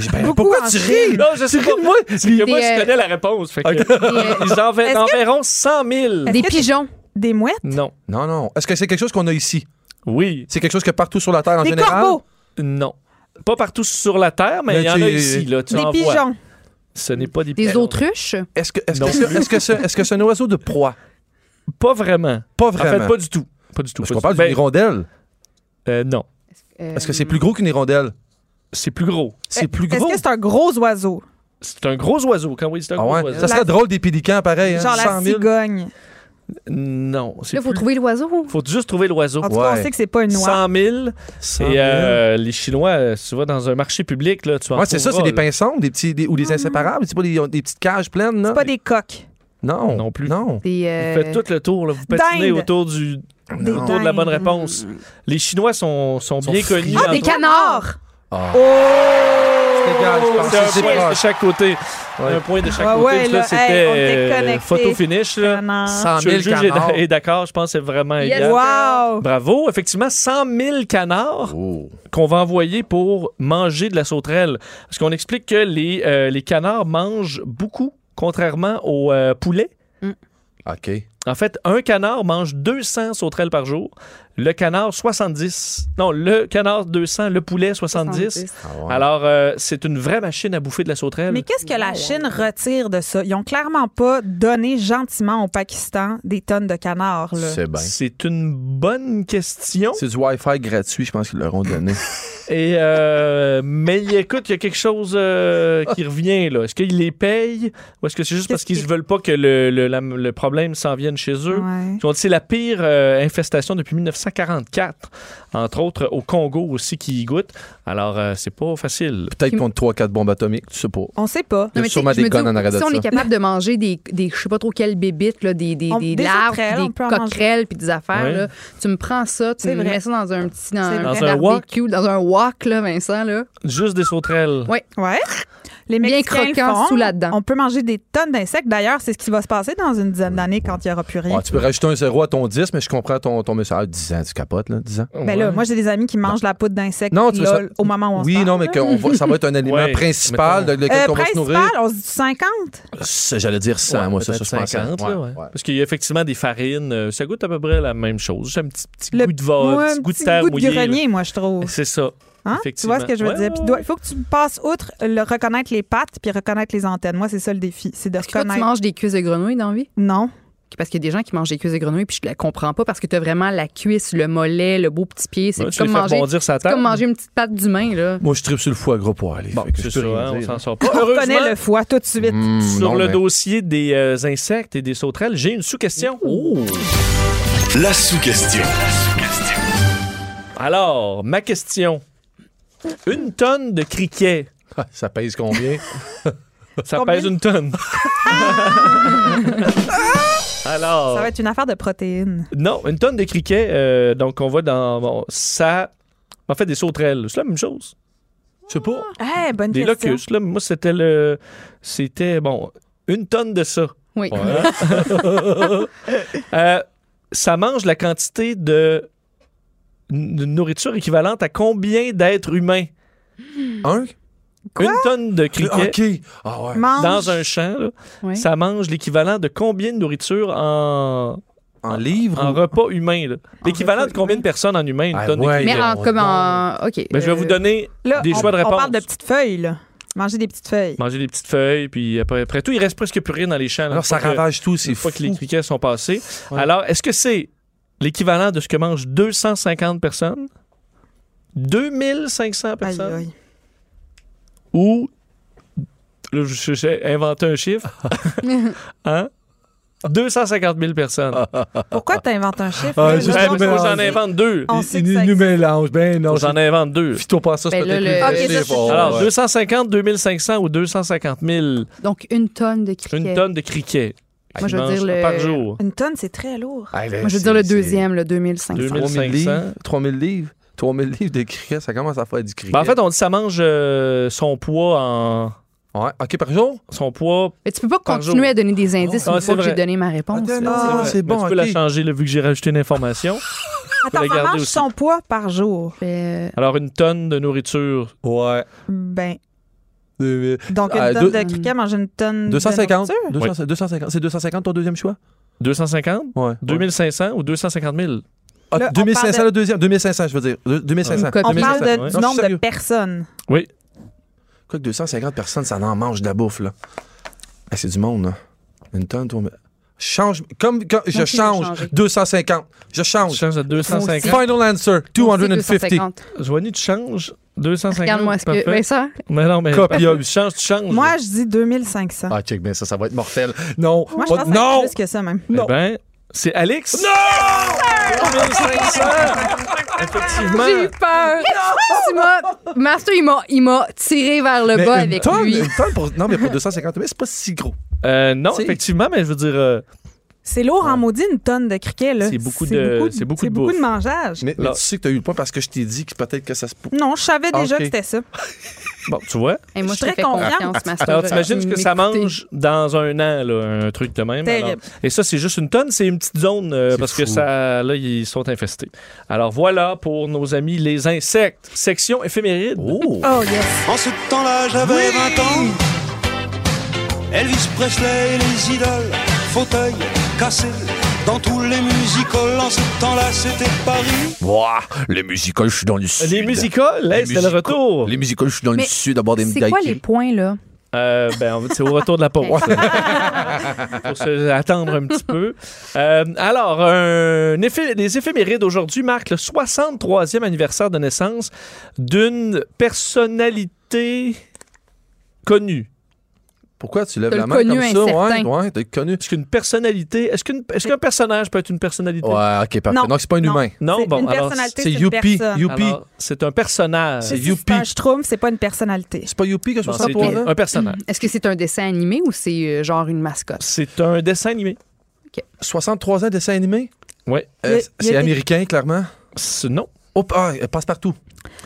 Speaker 5: J'ai- ben,
Speaker 4: Beaucoup
Speaker 5: pourquoi
Speaker 4: en
Speaker 5: tu
Speaker 4: Chine.
Speaker 5: ris?
Speaker 3: Non, je sais pas moi. Parce que moi, je
Speaker 6: euh,
Speaker 3: connais la réponse. fait que-
Speaker 6: Des, euh,
Speaker 3: Ils en
Speaker 4: Est-ce
Speaker 3: vendent
Speaker 4: que-
Speaker 3: environ 100 000.
Speaker 6: des
Speaker 4: Est-ce que-
Speaker 6: pigeons.
Speaker 4: Des mouettes?
Speaker 3: Non.
Speaker 5: Non, non. Est-ce que c'est quelque chose qu'on a ici?
Speaker 3: Oui.
Speaker 5: C'est quelque chose que partout sur la Terre en
Speaker 4: Des
Speaker 5: général?
Speaker 4: corbeaux?
Speaker 3: Non. Pas partout sur la Terre, mais
Speaker 5: Mais
Speaker 3: il y en
Speaker 5: tu-
Speaker 3: a ici. Là, tu
Speaker 4: Des
Speaker 3: en vois.
Speaker 4: pigeons?
Speaker 3: Ce n'est pas des
Speaker 6: Des
Speaker 5: Ben,
Speaker 3: pigeons.
Speaker 6: autruches.
Speaker 5: Est-ce que est-ce
Speaker 3: Non
Speaker 5: que c'est est-ce que c'est- est-ce que c'est un oiseau de proie?
Speaker 3: Pas vraiment.
Speaker 5: Pas
Speaker 3: En
Speaker 5: vraiment.
Speaker 3: fait, pas du tout. Pas du tout.
Speaker 5: Parce
Speaker 3: pas
Speaker 5: qu'on
Speaker 3: du
Speaker 5: parle
Speaker 3: tout.
Speaker 5: d'une hirondelle.
Speaker 3: Ben, euh, non.
Speaker 6: Euh,
Speaker 5: Est-ce que c'est plus gros qu'une hirondelle?
Speaker 3: C'est plus gros.
Speaker 5: C'est plus
Speaker 4: Est-ce
Speaker 5: gros.
Speaker 4: que c'est un gros oiseau?
Speaker 3: C'est un gros oiseau. Quand oui, c'est un
Speaker 5: Ah
Speaker 3: gros
Speaker 5: ouais.
Speaker 3: oiseau.
Speaker 5: Ça
Speaker 4: La-
Speaker 5: serait drôle des pélicans, pareil. Hein?
Speaker 4: Genre la
Speaker 5: 100 000.
Speaker 4: cigogne.
Speaker 3: Non. c'est
Speaker 6: Là, faut
Speaker 3: plus-
Speaker 6: trouver l'oiseau.
Speaker 3: Faut juste trouver l'oiseau.
Speaker 4: En tout cas, on
Speaker 5: Ouais.
Speaker 4: sait que c'est pas une noix.
Speaker 3: 100 000.
Speaker 5: 100 000.
Speaker 3: Et euh, les Chinois, euh, tu vas dans un marché public, là, tu en
Speaker 5: Ouais, c'est ça, c'est
Speaker 3: trouveras,
Speaker 5: des
Speaker 3: là.
Speaker 5: pinsons des petits, des- ou des inséparables. C'est pas des, des petites cages pleines, là?
Speaker 4: C'est pas des coques.
Speaker 5: Non.
Speaker 3: Non plus.
Speaker 5: Non.
Speaker 6: Des,
Speaker 3: Vous
Speaker 6: euh,
Speaker 3: faites tout le tour, là, vous patinez
Speaker 4: Dinde.
Speaker 3: autour, du,
Speaker 4: Des
Speaker 3: autour de la
Speaker 4: dindes.
Speaker 3: bonne réponse. Les Chinois sont, sont,
Speaker 5: Sont
Speaker 3: bien
Speaker 5: friands.
Speaker 3: connus.
Speaker 6: Ah,
Speaker 3: entre-
Speaker 6: des canards!
Speaker 5: Ah.
Speaker 4: Oh!
Speaker 5: C'est égal, je pense
Speaker 3: C'est
Speaker 5: que
Speaker 3: un
Speaker 5: c'est
Speaker 3: point de
Speaker 5: proche.
Speaker 3: chaque côté.
Speaker 5: Ouais.
Speaker 3: Un point de chaque
Speaker 4: Ah
Speaker 3: côté.
Speaker 4: ouais,
Speaker 3: parce que là,
Speaker 4: là, hey, on était
Speaker 3: c'était euh,
Speaker 4: connectés.
Speaker 3: photo finish. Là.
Speaker 4: Canards.
Speaker 5: 100
Speaker 3: Je-
Speaker 5: 000
Speaker 3: le juge est-
Speaker 5: canards.
Speaker 3: est d'accord, je pense que c'est vraiment
Speaker 6: Yes.
Speaker 3: égal.
Speaker 4: Wow!
Speaker 3: Bravo. Effectivement, 100 000 canards
Speaker 5: Oh.
Speaker 3: qu'on va envoyer pour manger de la sauterelle. Parce qu'on explique que les, euh, les canards mangent beaucoup, contrairement aux euh, poulets.
Speaker 5: Mm. OK.
Speaker 3: En fait, un canard mange 200 sauterelles par jour, le canard 70. Non, le canard 200, le poulet 70.
Speaker 6: 70.
Speaker 5: Ah ouais.
Speaker 3: Alors, euh, c'est une vraie machine à bouffer de la sauterelle.
Speaker 4: Mais qu'est-ce que la Chine retire de ça? Ils ont clairement pas donné gentiment au Pakistan des tonnes de canards. là.
Speaker 5: c'est bien.
Speaker 3: C'est une bonne question.
Speaker 5: Ben. C'est du Wi-Fi gratuit, je pense qu'ils leur ont donné.
Speaker 3: Et euh, mais écoute, il y a quelque chose euh,
Speaker 5: Ah.
Speaker 3: qui revient là. Est-ce qu'ils les payent ou est-ce que c'est juste parce qu'ils ne veulent pas que le, le- la- le problème s'en vienne chez eux?
Speaker 4: Ouais.
Speaker 3: Ils ont dit c'est la pire euh, infestation depuis 1944, entre autres au Congo aussi qui y goûte. Alors euh, c'est pas facile.
Speaker 5: Peut-être contre 3-4 bombes atomiques, tu sais pas.
Speaker 4: On sait pas.
Speaker 5: Il y a
Speaker 6: mais tu sais,
Speaker 5: sûrement
Speaker 6: je me
Speaker 5: des
Speaker 6: dis,
Speaker 5: guns en arrière de
Speaker 6: Si on
Speaker 5: ça.
Speaker 6: est capable de manger des, des je sais pas trop quelles bébites, là, des, des,
Speaker 4: On-
Speaker 6: des
Speaker 4: des
Speaker 6: larves,
Speaker 4: sauterelles, on
Speaker 6: des
Speaker 4: peut en manger.
Speaker 6: coquerelles, puis des affaires,
Speaker 3: Ouais.
Speaker 6: là, tu me prends ça, tu
Speaker 4: C'est
Speaker 6: me
Speaker 4: vrai.
Speaker 6: mets ça dans un petit dans,
Speaker 4: C'est vrai.
Speaker 6: un petit
Speaker 3: Dans un
Speaker 6: barbecue, dans un wok, là, Vincent. Là.
Speaker 3: Juste des sauterelles.
Speaker 6: Ouais.
Speaker 4: Ouais. Les
Speaker 6: Bien
Speaker 4: Mexicains le
Speaker 6: croquant
Speaker 4: font.
Speaker 6: sous la dent.
Speaker 4: On peut manger des tonnes d'insectes. D'ailleurs, c'est ce qui va se passer dans une dizaine d'années quand il n'y aura plus rien.
Speaker 5: Ouais, Ah, tu peux rajouter un zéro à ton 10, mais je comprends ton, ton message. Ah, 10 ans, tu capotes, là, 10 ans.
Speaker 4: Ben là, moi, j'ai des amis qui mangent la poudre d'insectes
Speaker 5: Non, tu veux
Speaker 4: là,
Speaker 5: ça-
Speaker 4: au moment où on se
Speaker 5: Oui,
Speaker 4: parle.
Speaker 5: non, mais qu'on va- ça va être un aliment
Speaker 3: Ouais,
Speaker 5: principal de
Speaker 3: mettons.
Speaker 5: lequel
Speaker 4: Euh,
Speaker 5: on va se nourrir.
Speaker 4: principal, on se dit 50.
Speaker 5: C'est- J'allais dire 100,
Speaker 3: Ouais,
Speaker 5: moi, ça, ça,
Speaker 3: peut-être
Speaker 5: je pensais.
Speaker 3: 50, là,
Speaker 5: Ouais,
Speaker 3: ouais.
Speaker 5: ouais.
Speaker 3: Parce qu'il y a effectivement des farines. euh, ça goûte à peu près la même chose. Juste un petit, petit
Speaker 4: Le-
Speaker 5: Ah,
Speaker 3: goût de vol,
Speaker 4: Ouais,
Speaker 3: petit goût de terre
Speaker 4: goût de
Speaker 3: mouillée, là.
Speaker 4: grenier, moi, je trouve.
Speaker 3: C'est ça.
Speaker 4: Hein? Tu
Speaker 3: Effectivement.
Speaker 4: vois ce que je veux
Speaker 3: Ouais,
Speaker 4: dire? Puis
Speaker 3: ouais,
Speaker 4: dois- Il faut que tu passes outre le reconnaître les pattes puis reconnaître les antennes. Moi, c'est ça le défi. C'est de
Speaker 6: Est-ce que toi,
Speaker 4: reconnaître.
Speaker 6: tu manges des cuisses de grenouille dans la vie?
Speaker 4: Non.
Speaker 6: Parce qu'il y a des gens qui mangent des cuisses de grenouille puis je la comprends pas parce que tu as vraiment la cuisse, le mollet, le beau petit pied. C'est
Speaker 3: Ouais, tu
Speaker 6: comme,
Speaker 3: les fais
Speaker 6: manger-
Speaker 3: rebondir sa
Speaker 6: c'est
Speaker 3: table.
Speaker 6: comme manger une petite patte d'humain. Là.
Speaker 5: Moi, je tripe sur le foie gras pour aller.
Speaker 3: Bon,
Speaker 5: Fait que
Speaker 3: c'est
Speaker 5: je peux
Speaker 3: ça,
Speaker 5: rien
Speaker 3: hein, on
Speaker 5: dire.
Speaker 3: s'en sort pas.
Speaker 4: On
Speaker 3: Heureusement,
Speaker 4: reconnaît le foie tout de suite.
Speaker 5: Hmm,
Speaker 3: sur
Speaker 5: non,
Speaker 3: le
Speaker 5: mais-
Speaker 3: dossier des euh, insectes et des sauterelles, j'ai une sous-question.
Speaker 2: La sous-question.
Speaker 3: Alors, ma question. Une tonne de criquets,
Speaker 5: Ah, Ça pèse combien?
Speaker 3: ça
Speaker 4: Combien?
Speaker 3: pèse une tonne. Alors,
Speaker 4: Ça va être une affaire de protéines.
Speaker 3: non, une tonne de criquets, euh, donc on voit dans bon, ça. En fait, des sauterelles, c'est la même chose. Je sais pas.
Speaker 4: Eh, bonne
Speaker 3: Des
Speaker 4: question.
Speaker 3: locustes, là, moi, c'était le. C'était, bon, une tonne de ça.
Speaker 6: Oui.
Speaker 3: Euh, ça mange la quantité de, de nourriture équivalente à combien d'êtres humains?
Speaker 5: Un?
Speaker 3: Une tonne de criquets
Speaker 5: OK. Ah ouais.
Speaker 4: Mange.
Speaker 3: dans un champ, là,
Speaker 6: Oui.
Speaker 3: ça mange l'équivalent de combien de nourriture en,
Speaker 5: En livre?
Speaker 3: en repas humain? là? L'équivalent de combien de personnes en humain, une
Speaker 5: Ah
Speaker 3: tonne de
Speaker 5: ouais.
Speaker 3: criquets?
Speaker 6: Mais en,
Speaker 5: on
Speaker 6: comme
Speaker 5: donne-
Speaker 6: en- OK.
Speaker 3: Ben, je vais
Speaker 6: euh,
Speaker 3: vous donner
Speaker 4: Là,
Speaker 3: des
Speaker 4: on,
Speaker 3: choix de
Speaker 4: on
Speaker 3: réponse.
Speaker 4: parle de petites feuilles, là. Manger des petites feuilles.
Speaker 3: Manger des petites feuilles, puis après, après tout, il reste presque plus rien dans les champs. là,
Speaker 5: Alors, ça
Speaker 3: une fois que-
Speaker 5: ravage tout,
Speaker 3: une
Speaker 5: c'est fou.
Speaker 3: fois que les criquets sont passés. Alors, est-ce que c'est l'équivalent de ce que mangent 250 personnes, 2500
Speaker 4: Aïe,
Speaker 3: personnes
Speaker 4: aïe.
Speaker 3: ou là, je- je- j'ai inventé un chiffre, hein? 250 000 personnes.
Speaker 4: Pourquoi t'inventes un chiffre?
Speaker 5: Ah,
Speaker 4: là?
Speaker 5: juste
Speaker 3: Ouais,
Speaker 4: Là,
Speaker 5: pour
Speaker 3: parce
Speaker 4: on-
Speaker 3: que
Speaker 5: mélanger.
Speaker 3: j'en invente deux.
Speaker 5: Ah,
Speaker 4: On sait que ça existe.
Speaker 5: mélange. Ben non,
Speaker 3: Faut que J'en invente deux.
Speaker 5: Phyto pas ça, c'est
Speaker 6: Ben là,
Speaker 5: peut-être
Speaker 6: le-
Speaker 5: plus
Speaker 4: Ok, ça,
Speaker 5: difficile.
Speaker 4: c'est-
Speaker 5: Bon,
Speaker 3: Alors,
Speaker 5: ouais.
Speaker 3: 250, 2500 ou 250 000, une
Speaker 6: Donc, une tonne de criquets.
Speaker 3: tonne de criquets
Speaker 6: Moi,
Speaker 3: qui
Speaker 6: je veux
Speaker 3: mangent
Speaker 6: dire le-
Speaker 3: par jour.
Speaker 4: Une tonne, c'est très lourd.
Speaker 5: Ah, ben,
Speaker 6: Moi, je veux
Speaker 5: c'est-
Speaker 6: dire le
Speaker 5: c'est
Speaker 6: deuxième, le 2500.
Speaker 5: 3000 livres,
Speaker 3: 2500.
Speaker 5: 3000 livres, 3000 livres de criquets, ça commence à faire du criquet.
Speaker 3: Ben, en fait, on dit ça mange euh, son poids en...
Speaker 5: Ouais, OK, par jour?
Speaker 3: Son poids
Speaker 6: Mais tu peux pas
Speaker 3: Par
Speaker 6: continuer
Speaker 3: jour.
Speaker 6: à donner des indices
Speaker 3: Ah,
Speaker 6: une
Speaker 3: c'est
Speaker 6: fois que
Speaker 3: vrai.
Speaker 6: j'ai donné ma réponse.
Speaker 5: Ah,
Speaker 6: là.
Speaker 5: non,
Speaker 3: Ah,
Speaker 5: Ah, c'est bon,
Speaker 3: Tu peux la
Speaker 5: ok.
Speaker 3: changer là, vu que j'ai rajouté une information.
Speaker 4: Attends,
Speaker 3: la
Speaker 4: ça
Speaker 3: garder
Speaker 4: mange
Speaker 3: aussi.
Speaker 4: son poids par jour.
Speaker 6: Fait, euh,
Speaker 3: Alors, une tonne de nourriture.
Speaker 5: Ouais.
Speaker 4: Ben,
Speaker 5: 2000.
Speaker 4: donc une
Speaker 5: Euh,
Speaker 3: Ah,
Speaker 4: tonne
Speaker 5: deux-
Speaker 4: de criquets mange une tonne
Speaker 5: 250?
Speaker 4: de nourriture.
Speaker 5: 200 250. C'est 250 ton deuxième choix?
Speaker 3: 250,
Speaker 5: Ouais.
Speaker 3: 2500 ou 250 000?
Speaker 5: Ah,
Speaker 4: Là, on
Speaker 5: 2500
Speaker 4: parle
Speaker 5: le deuxième. 2500, je veux dire. Deux- 2500.
Speaker 6: Une
Speaker 4: On
Speaker 6: Mais
Speaker 4: parle de-
Speaker 3: ouais.
Speaker 4: du
Speaker 5: Non, je suis
Speaker 4: nombre de
Speaker 5: sérieux.
Speaker 4: personnes.
Speaker 3: Oui.
Speaker 5: Quoi que 250 personnes, ça en mange de la bouffe, là. Eh, c'est du monde, là. Une tonne, toi. mais- Change. Comme quand je
Speaker 6: Moi aussi, je vais
Speaker 5: change.
Speaker 6: changer.
Speaker 5: 250. Je
Speaker 3: Tu
Speaker 5: change.
Speaker 3: changes à 250.
Speaker 5: Final answer.
Speaker 6: on dit
Speaker 5: 250.
Speaker 6: 250.
Speaker 3: Joanie, tu changes 250.
Speaker 6: Regarde-moi ce que.
Speaker 3: parfait.
Speaker 6: Ben, ça,
Speaker 3: Mais non, mais
Speaker 5: Copieuse.
Speaker 3: tu changes, tu changes.
Speaker 4: Moi, je dis 2500.
Speaker 5: Ah, check bien ça, ça va être mortel. Non.
Speaker 4: Moi, je pense que c'est
Speaker 5: non.
Speaker 4: plus que ça, même.
Speaker 3: Oh, Eh ben, c'est Alex. Non! 2500! Effectivement.
Speaker 6: j'ai eu peur. Tu m'as- Master, il m'a- il m'a tiré vers le
Speaker 5: Mais
Speaker 6: bas
Speaker 5: une
Speaker 6: avec
Speaker 5: tonne,
Speaker 6: lui.
Speaker 5: une tonne pour, non, mais pour 250 000, c'est pas si gros.
Speaker 3: Euh, non,
Speaker 5: C'est-
Speaker 3: effectivement, mais je veux dire, euh,
Speaker 4: C'est lourd en maudit, une tonne de criquets, là.
Speaker 3: C'est beaucoup de- c'est beaucoup de bouffe.
Speaker 4: mangeage.
Speaker 5: Mais, mais
Speaker 3: Là.
Speaker 5: tu sais que t'as eu le point parce que je t'ai dit que peut-être que ça se. pou-
Speaker 4: Non, je savais
Speaker 5: Ah,
Speaker 4: déjà
Speaker 5: ok.
Speaker 4: que c'était ça.
Speaker 3: bon, tu vois.
Speaker 6: Et moi,
Speaker 4: Je
Speaker 6: je
Speaker 4: suis
Speaker 6: te
Speaker 4: très
Speaker 6: fais
Speaker 4: confiante.
Speaker 6: confiance, Master.
Speaker 3: Alors, t'imagines ce
Speaker 6: Tu
Speaker 3: que ça
Speaker 6: m'écoutais.
Speaker 3: mange dans un an, là, un truc de même.
Speaker 4: Terrible.
Speaker 3: Alors, et ça, c'est juste une tonne, c'est une petite zone euh,
Speaker 5: C'est
Speaker 3: parce que
Speaker 5: fou.
Speaker 3: ça, là, ils sont infestés. Alors voilà pour nos amis les insectes. Section éphéméride.
Speaker 5: Oh!
Speaker 4: Oh, yes.
Speaker 9: En ce temps-là, j'avais 20 ans. Elvis Presley et les idoles, fauteuils cassés dans tous les musicals. En ce temps-là, c'était Paris.
Speaker 5: Ouah, les musicals, je suis dans le sud.
Speaker 3: Les musicals,
Speaker 5: Les
Speaker 3: hey, c'était le
Speaker 5: musicals.
Speaker 3: retour.
Speaker 5: Les musicals, je suis dans le
Speaker 6: Mais
Speaker 5: sud à bord des
Speaker 6: C'est quoi les points, là?
Speaker 3: Euh, ben, on- c'est au retour de la pause. Faut se attendre un petit peu. Euh, alors, un effet, les éphémérides aujourd'hui marquent le 63e anniversaire de naissance d'une personnalité connue.
Speaker 5: Pourquoi tu lèves
Speaker 6: T'as
Speaker 5: la
Speaker 6: le
Speaker 5: main comme
Speaker 6: connu
Speaker 5: ça? Ouais,
Speaker 6: incertain.
Speaker 5: ouais, t'es connu.
Speaker 3: Est-ce qu'une personnalité, est-ce qu'une- est-ce qu'un personnage peut être une personnalité?
Speaker 5: Ouais, ok, parfait.
Speaker 4: Non.
Speaker 5: Non, c'est pas un
Speaker 4: Non.
Speaker 5: humain.
Speaker 3: Non,
Speaker 4: C'est
Speaker 3: bon,
Speaker 4: une
Speaker 3: alors
Speaker 4: personnalité,
Speaker 5: C'est
Speaker 4: une
Speaker 5: Youpi.
Speaker 4: personne.
Speaker 5: Youpi.
Speaker 3: alors, c'est un personnage.
Speaker 5: C'est
Speaker 4: Si C'est
Speaker 5: Youpi.
Speaker 4: un schtroumpf, c'est pas une personnalité.
Speaker 5: C'est pas Youpi que je
Speaker 3: Bon,
Speaker 5: me
Speaker 3: c'est
Speaker 5: sens pour
Speaker 3: un,
Speaker 5: là?
Speaker 3: un personnage.
Speaker 6: Est-ce que c'est un dessin animé ou c'est euh, genre une mascotte?
Speaker 3: C'est un dessin animé.
Speaker 5: 63 ans, dessin animé?
Speaker 3: Ouais.
Speaker 4: Il- il y
Speaker 5: Euh,
Speaker 4: a
Speaker 5: c'est
Speaker 4: des-
Speaker 5: américain, clairement.
Speaker 3: C'est- Non.
Speaker 5: Oh, ah, passe partout.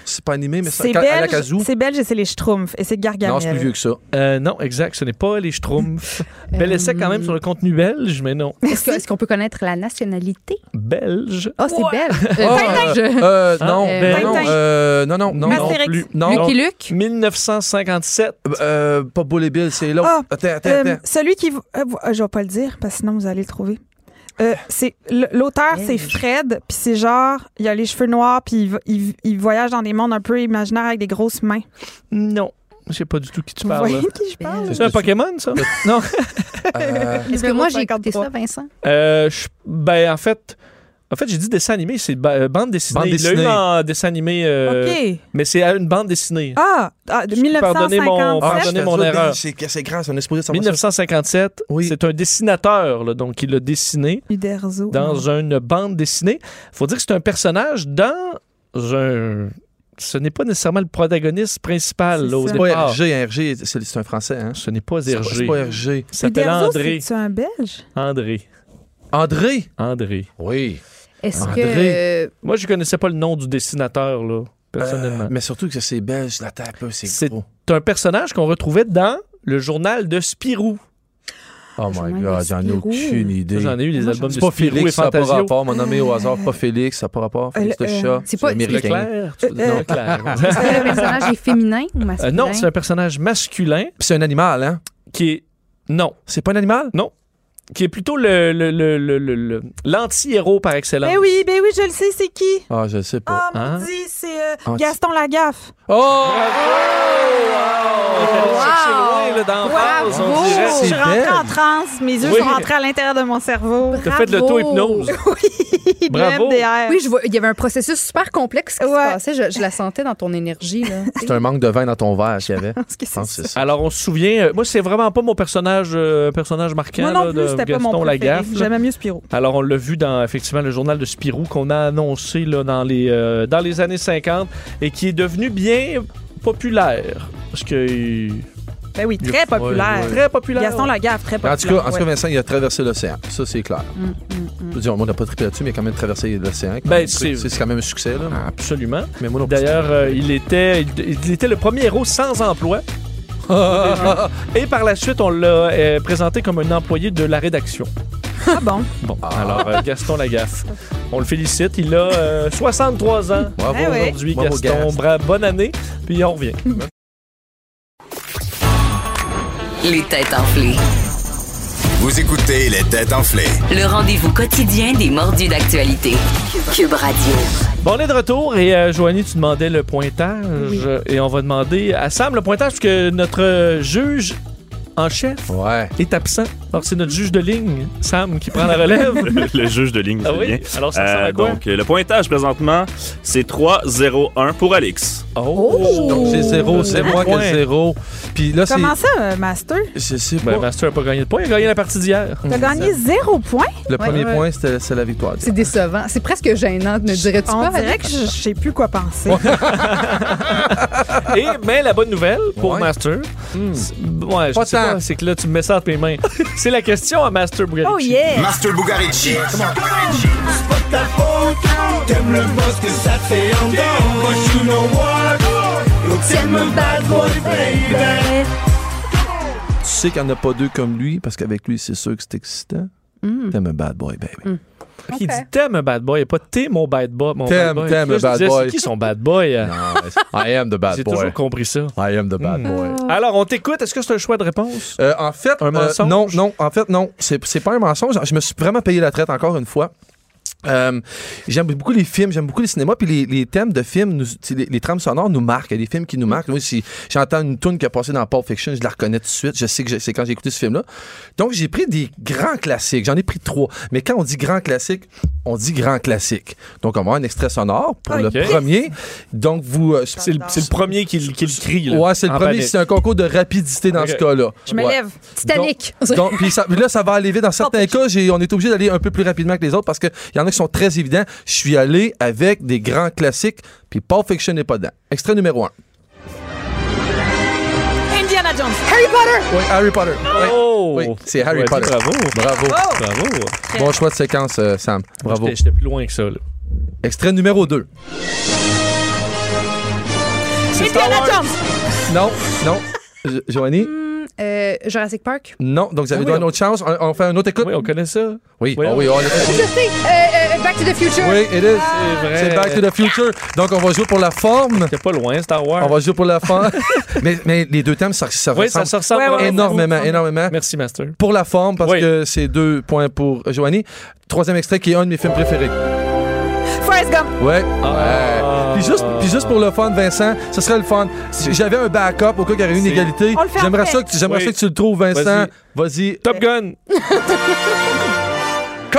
Speaker 5: C'est pas animé, mais
Speaker 4: C'est
Speaker 5: c'est à la
Speaker 4: belge,
Speaker 5: casou.
Speaker 4: c'est belge et c'est les schtroumpfs. Et c'est Gargamel.
Speaker 5: Non, c'est plus vieux que ça.
Speaker 3: Euh, non, exact. Ce n'est pas les Schtroumpfs. Bel essai quand même sur le contenu belge, mais non.
Speaker 6: Est-ce que- est-ce qu'on peut connaître la nationalité?
Speaker 3: Belge.
Speaker 6: Ah, c'est belle.
Speaker 5: Ah,
Speaker 6: Euh,
Speaker 5: euh,
Speaker 3: Ah,
Speaker 5: non,
Speaker 6: euh,
Speaker 5: ben non,
Speaker 4: Tintin.
Speaker 5: euh, non, non, non, non.
Speaker 4: Astérix.
Speaker 3: plus.
Speaker 5: Non.
Speaker 3: Donc,
Speaker 6: Lucky Luke?
Speaker 3: 1957.
Speaker 5: Euh, pas Bull et Bill, c'est l'autre.
Speaker 4: Ah,
Speaker 5: attends, attends,
Speaker 4: Euh,
Speaker 5: attends.
Speaker 4: celui qui. vous- euh, vous- euh, je vais pas le dire, parce que sinon vous allez le trouver. Euh, c'est l- l'auteur c'est Fred puis c'est genre il a les cheveux noirs puis il, va- il- il voyage dans des mondes un peu imaginaires avec des grosses mains.
Speaker 3: Non. Je sais pas du tout qui tu
Speaker 4: Vous
Speaker 3: parles.
Speaker 4: voyez
Speaker 3: là.
Speaker 4: de qui je parle
Speaker 3: C'est un Pokémon, ça? non.
Speaker 5: Euh,
Speaker 6: Est-ce que moi, j'ai
Speaker 4: Numéro
Speaker 6: écouté
Speaker 4: 53.
Speaker 6: ça, Vincent?
Speaker 3: Euh, je- ben, en fait, en fait j'ai dit dessin animé, c'est ba- euh, bande dessinée.
Speaker 5: Bande
Speaker 3: Il l'a eu
Speaker 5: dessinée.
Speaker 3: en dessin animé, euh,
Speaker 4: OK.
Speaker 3: mais c'est à une bande dessinée.
Speaker 4: Ah, ah, de
Speaker 3: Je peux pardonner mon-
Speaker 4: 1957.
Speaker 3: pardonner
Speaker 5: ah, je
Speaker 3: mon
Speaker 5: fais ça,
Speaker 3: erreur.
Speaker 5: C'est c'est grave, c'est un exposé sur
Speaker 3: 1957,
Speaker 5: Oui.
Speaker 3: c'est un dessinateur là, donc il l'a dessiné
Speaker 4: Uderzo.
Speaker 3: dans une bande dessinée. faut dire que c'est un personnage dans un... Ce n'est pas nécessairement le protagoniste principal
Speaker 4: C'est
Speaker 3: là, au
Speaker 4: ça.
Speaker 5: C'est pas
Speaker 3: départ.
Speaker 5: RG, hein, RG, c'est c'est un français, hein?
Speaker 3: Ce n'est pas
Speaker 5: C'est pas- C'est
Speaker 3: Hergé.
Speaker 5: pas RG.
Speaker 3: Il s'appelle André.
Speaker 4: C'est un Belge.
Speaker 3: André.
Speaker 5: André?
Speaker 3: André.
Speaker 5: Oui.
Speaker 6: Est-ce
Speaker 5: André.
Speaker 6: que. euh,
Speaker 3: Moi, je connaissais pas le nom du dessinateur, là, personnellement.
Speaker 5: Euh, Mais surtout que c'est belge, la tape, euh, c'est
Speaker 3: C'est-
Speaker 5: gros.
Speaker 3: C'est un personnage qu'on retrouvait dans le journal de Spirou.
Speaker 5: Oh
Speaker 6: Je
Speaker 5: my
Speaker 6: m'en
Speaker 5: god,
Speaker 6: ai
Speaker 5: j'en ai
Speaker 6: Spirou.
Speaker 5: aucune
Speaker 3: Ça,
Speaker 5: idée.
Speaker 3: J'en ai eu les
Speaker 6: Moi,
Speaker 3: albums de
Speaker 5: C'est pas
Speaker 3: Spirou
Speaker 5: Félix,
Speaker 3: et
Speaker 5: ça n'a pas
Speaker 3: Fantasio.
Speaker 5: rapport. Mon nom est au hasard. Pas Félix, ça n'a pas rapport. Félix
Speaker 4: Euh,
Speaker 5: le
Speaker 4: euh,
Speaker 5: chat.
Speaker 6: c'est pas-
Speaker 5: américain.
Speaker 3: Leclerc. tu-
Speaker 4: Euh,
Speaker 3: non,
Speaker 4: euh,
Speaker 3: Claire.
Speaker 6: est-ce que le personnage est féminin ou
Speaker 3: Euh,
Speaker 6: masculin?
Speaker 3: non, c'est un personnage masculin
Speaker 5: Puis C'est un animal, hein?
Speaker 3: qui est. Non.
Speaker 5: C'est pas un animal?
Speaker 3: Qui est plutôt le, le- le- le- le- le- l'anti-héros par excellence.
Speaker 4: Ben oui, ben oui, je le sais, c'est qui?
Speaker 5: Ah, je le sais pas.
Speaker 4: Ah,
Speaker 3: Hein?
Speaker 4: mon dieu, c'est euh,
Speaker 5: Ah,
Speaker 4: Gaston Lagaffe.
Speaker 5: Oh!
Speaker 3: On est allé chercher loin, là, dans la phase, on dirait.
Speaker 4: Je
Speaker 5: C'est
Speaker 4: suis rentrée
Speaker 5: belge.
Speaker 4: en transe, mes yeux
Speaker 3: Oui.
Speaker 4: sont rentrés à l'intérieur de mon cerveau.
Speaker 3: T'as fait de
Speaker 6: Bravo.
Speaker 3: l'auto-hypnose.
Speaker 4: Oui,
Speaker 3: Bravo.
Speaker 4: de MDR.
Speaker 6: Oui, je vois, il y avait un processus super complexe qui se
Speaker 4: Euh, Ouais.
Speaker 6: passait. Je, je la sentais dans ton énergie. Là.
Speaker 5: C'est un manque de vin dans ton verre qu'il y avait.
Speaker 4: Parce que
Speaker 5: Je
Speaker 4: c'est
Speaker 5: pense que c'est ça.
Speaker 3: Alors, on se souvient, euh, moi, c'est vraiment pas mon personnage, euh, personnage marquant
Speaker 4: Moi
Speaker 3: là,
Speaker 4: non plus,
Speaker 3: de
Speaker 4: c'était pas mon
Speaker 3: Gaston
Speaker 4: préféré.
Speaker 3: Lagaffe.
Speaker 4: J'aimais mieux Spirou.
Speaker 3: Alors, on l'a vu dans effectivement le journal de Spirou qu'on a annoncé là, dans, les, euh, dans les années 50 et qui est devenu bien populaire. Parce que. euh,
Speaker 4: Ben oui, très
Speaker 3: Ouais,
Speaker 4: populaire.
Speaker 3: ouais. Très populaire.
Speaker 4: Gaston Lagaffe, très
Speaker 5: En
Speaker 4: populaire.
Speaker 5: tout, cas, en tout cas,
Speaker 4: ouais.
Speaker 5: Vincent, il a traversé l'océan. Ça, c'est clair.
Speaker 6: Hum, hum, hum.
Speaker 5: Je veux dire, on n'a pas trippé là-dessus, mais il a quand même traversé l'océan.
Speaker 3: Ben,
Speaker 5: c'est
Speaker 3: c'est-
Speaker 5: c'est quand même un succès, là.
Speaker 3: Absolument.
Speaker 5: Mais moi non plus.
Speaker 3: D'ailleurs, euh, il, était, il, il était le premier héros sans emploi. Et par la suite, on l'a euh, présenté comme un employé de la rédaction.
Speaker 4: Ah bon?
Speaker 3: Bon, alors euh, Gaston Lagaffe, on le félicite. Il a euh, 63 ans
Speaker 5: Bravo.
Speaker 4: Eh oui.
Speaker 3: aujourd'hui,
Speaker 5: Bravo,
Speaker 3: Gaston.
Speaker 5: Gaston.
Speaker 3: Bra- bonne année, puis on revient.
Speaker 1: Les têtes enflées.
Speaker 2: Vous écoutez les têtes enflées.
Speaker 1: Le rendez-vous quotidien des mordus d'actualité. Cube Radio.
Speaker 3: Bon, on est de retour et euh, Joanie, tu demandais le pointage et on va demander à Sam le pointage parce que notre euh, juge en chef
Speaker 5: Ouais.
Speaker 3: est absent. Alors c'est notre juge de ligne, Sam, qui prend la relève.
Speaker 7: le juge de ligne, c'est
Speaker 3: ah oui?
Speaker 7: bien.
Speaker 3: Alors ça ressemble
Speaker 7: Euh,
Speaker 3: à quoi?
Speaker 7: donc, euh, le pointage présentement, c'est 3-0-1 pour Alex.
Speaker 3: Oh!
Speaker 5: Donc, c'est zéro, c'est moi qui ai
Speaker 3: Point.
Speaker 5: zéro. Puis là, c'est.
Speaker 4: Comment ça, euh, Master?
Speaker 5: Je sais pas.
Speaker 3: Ben, Master n'a pas gagné de points, il a gagné la partie d'hier.
Speaker 4: T'as gagné zéro point?
Speaker 5: Le premier
Speaker 6: ouais.
Speaker 5: point, c'était c'est la victoire.
Speaker 6: C'est décevant. C'est presque gênant, ne dirais-tu
Speaker 4: On
Speaker 6: pas?
Speaker 4: dirait
Speaker 6: Alex?
Speaker 4: que je je sais plus quoi penser.
Speaker 3: Et, mais la bonne nouvelle pour
Speaker 5: Ouais. Hmm.
Speaker 3: Master, c'est- ouais, je
Speaker 5: Pas
Speaker 3: sais
Speaker 5: tant.
Speaker 3: pas, c'est que là, tu me mets ça entre mes mains. c'est la question à Master Bugatti.
Speaker 4: Oh yeah!
Speaker 2: Master Bugarici.
Speaker 5: Tu sais qu'il n'y en a pas deux comme lui, parce qu'avec lui, c'est sûr que c'est excitant.
Speaker 6: Hum.
Speaker 5: T'aimes un bad boy, baby.
Speaker 6: Mm.
Speaker 3: Qui dit t'aimes un bad boy et pas t'es mon bad boy. mon bad
Speaker 5: T'aimes,
Speaker 3: boy.
Speaker 5: t'aimes
Speaker 3: Là,
Speaker 5: un
Speaker 3: je
Speaker 5: bad
Speaker 3: disais,
Speaker 5: boy.
Speaker 3: C'est qui son bad boy? euh?
Speaker 5: Non, I am the bad
Speaker 3: J'ai
Speaker 5: boy.
Speaker 3: toujours compris ça.
Speaker 5: I am the bad
Speaker 3: Mm.
Speaker 5: boy.
Speaker 4: Ah.
Speaker 3: Alors, on t'écoute. Est-ce que c'est un choix de réponse?
Speaker 5: Euh, en fait,
Speaker 3: Un
Speaker 5: euh,
Speaker 3: mensonge?
Speaker 5: non, non, en fait, non. C'est c'est pas un mensonge. Je me suis vraiment payé la traite encore une fois. Euh, j'aime beaucoup les films, j'aime beaucoup les cinémas, puis les, les thèmes de films, nous- tu sais, les, les trames sonores nous marquent, il y a des films qui nous marquent. Moi, si j'entends une tune qui a passé dans Pulp Fiction, je la reconnais tout de suite, je sais que j'ai- c'est quand j'ai écouté ce film-là. Donc, j'ai pris des grands classiques, j'en ai pris trois. Mais quand on dit grand classique, on dit grand classique. Donc, on va avoir un extrait sonore pour
Speaker 3: Ok.
Speaker 5: le premier. Donc, vous... euh,
Speaker 3: C'est le, c'est le premier qui, le- qui le crie. là,
Speaker 5: ouais, c'est le
Speaker 3: en
Speaker 5: premier,
Speaker 3: panique.
Speaker 5: c'est un concours de rapidité dans
Speaker 3: Ok.
Speaker 5: ce cas-là.
Speaker 4: Je me
Speaker 5: Ouais.
Speaker 4: lève.
Speaker 6: Titanic.
Speaker 5: Donc, puis ça- là, ça va aller vite. Dans certains cas, j'ai- on est obligé d'aller un peu plus rapidement que les autres parce qu'il y en a qui sont très évidents. Je suis allé avec des grands classiques, puis Pulp Fiction n'est pas dedans. Extrait numéro 1.
Speaker 4: Indiana Jones.
Speaker 5: Oui, Harry Potter. Oui.
Speaker 3: Oh!
Speaker 5: Oui, c'est Harry
Speaker 3: Ouais,
Speaker 5: Potter.
Speaker 3: Bravo.
Speaker 5: Bravo.
Speaker 4: Oh,
Speaker 3: Bravo.
Speaker 5: Bon choix de séquence, euh, Sam. Bravo.
Speaker 3: J'étais- J'étais plus loin que ça. là.
Speaker 5: Extrait numéro 2.
Speaker 4: Indiana Hmm. Jones.
Speaker 5: Non, non. Jo- Joanie?
Speaker 6: Euh, Jurassic Park.
Speaker 5: Non. Donc, vous avez
Speaker 3: Ah oui,
Speaker 5: donné
Speaker 3: on-
Speaker 5: une autre chance. On, on fait un autre écoute?
Speaker 3: Oui, on connaît ça.
Speaker 5: Oui,
Speaker 3: Oui,
Speaker 5: ah
Speaker 3: on-
Speaker 5: oui, on l'a fait.
Speaker 6: Je sais. Euh, euh, euh, Back to the Future.
Speaker 5: Oui, it is.
Speaker 3: C'est vrai.
Speaker 5: C'est Back to the Future. Donc, on va jouer pour la forme.
Speaker 3: T'es pas loin, Star Wars.
Speaker 5: On va jouer pour la forme. mais, mais les deux thèmes, ça, ça
Speaker 3: Oui, ça
Speaker 5: ressemble
Speaker 3: se ressemble
Speaker 4: Ouais, ouais,
Speaker 3: vraiment.
Speaker 5: énormément, énormément.
Speaker 3: Merci, Master.
Speaker 5: Pour la forme, parce
Speaker 3: Oui.
Speaker 5: que c'est deux points pour euh, Joanie. Troisième extrait qui est un de mes films préférés.
Speaker 4: Forrest Gump.
Speaker 5: Ouais.
Speaker 3: Ah.
Speaker 5: ouais. Puis, juste, puis juste pour le fun, Vincent, ce serait le fun. Si j'avais un backup au cas qu'il y aurait une
Speaker 3: C'est-
Speaker 5: égalité,
Speaker 4: On le fait
Speaker 5: j'aimerais
Speaker 4: après.
Speaker 5: ça, que tu- j'aimerais
Speaker 3: Oui.
Speaker 5: ça que tu le trouves, Vincent. Vas-y.
Speaker 3: Top Gun.
Speaker 5: Come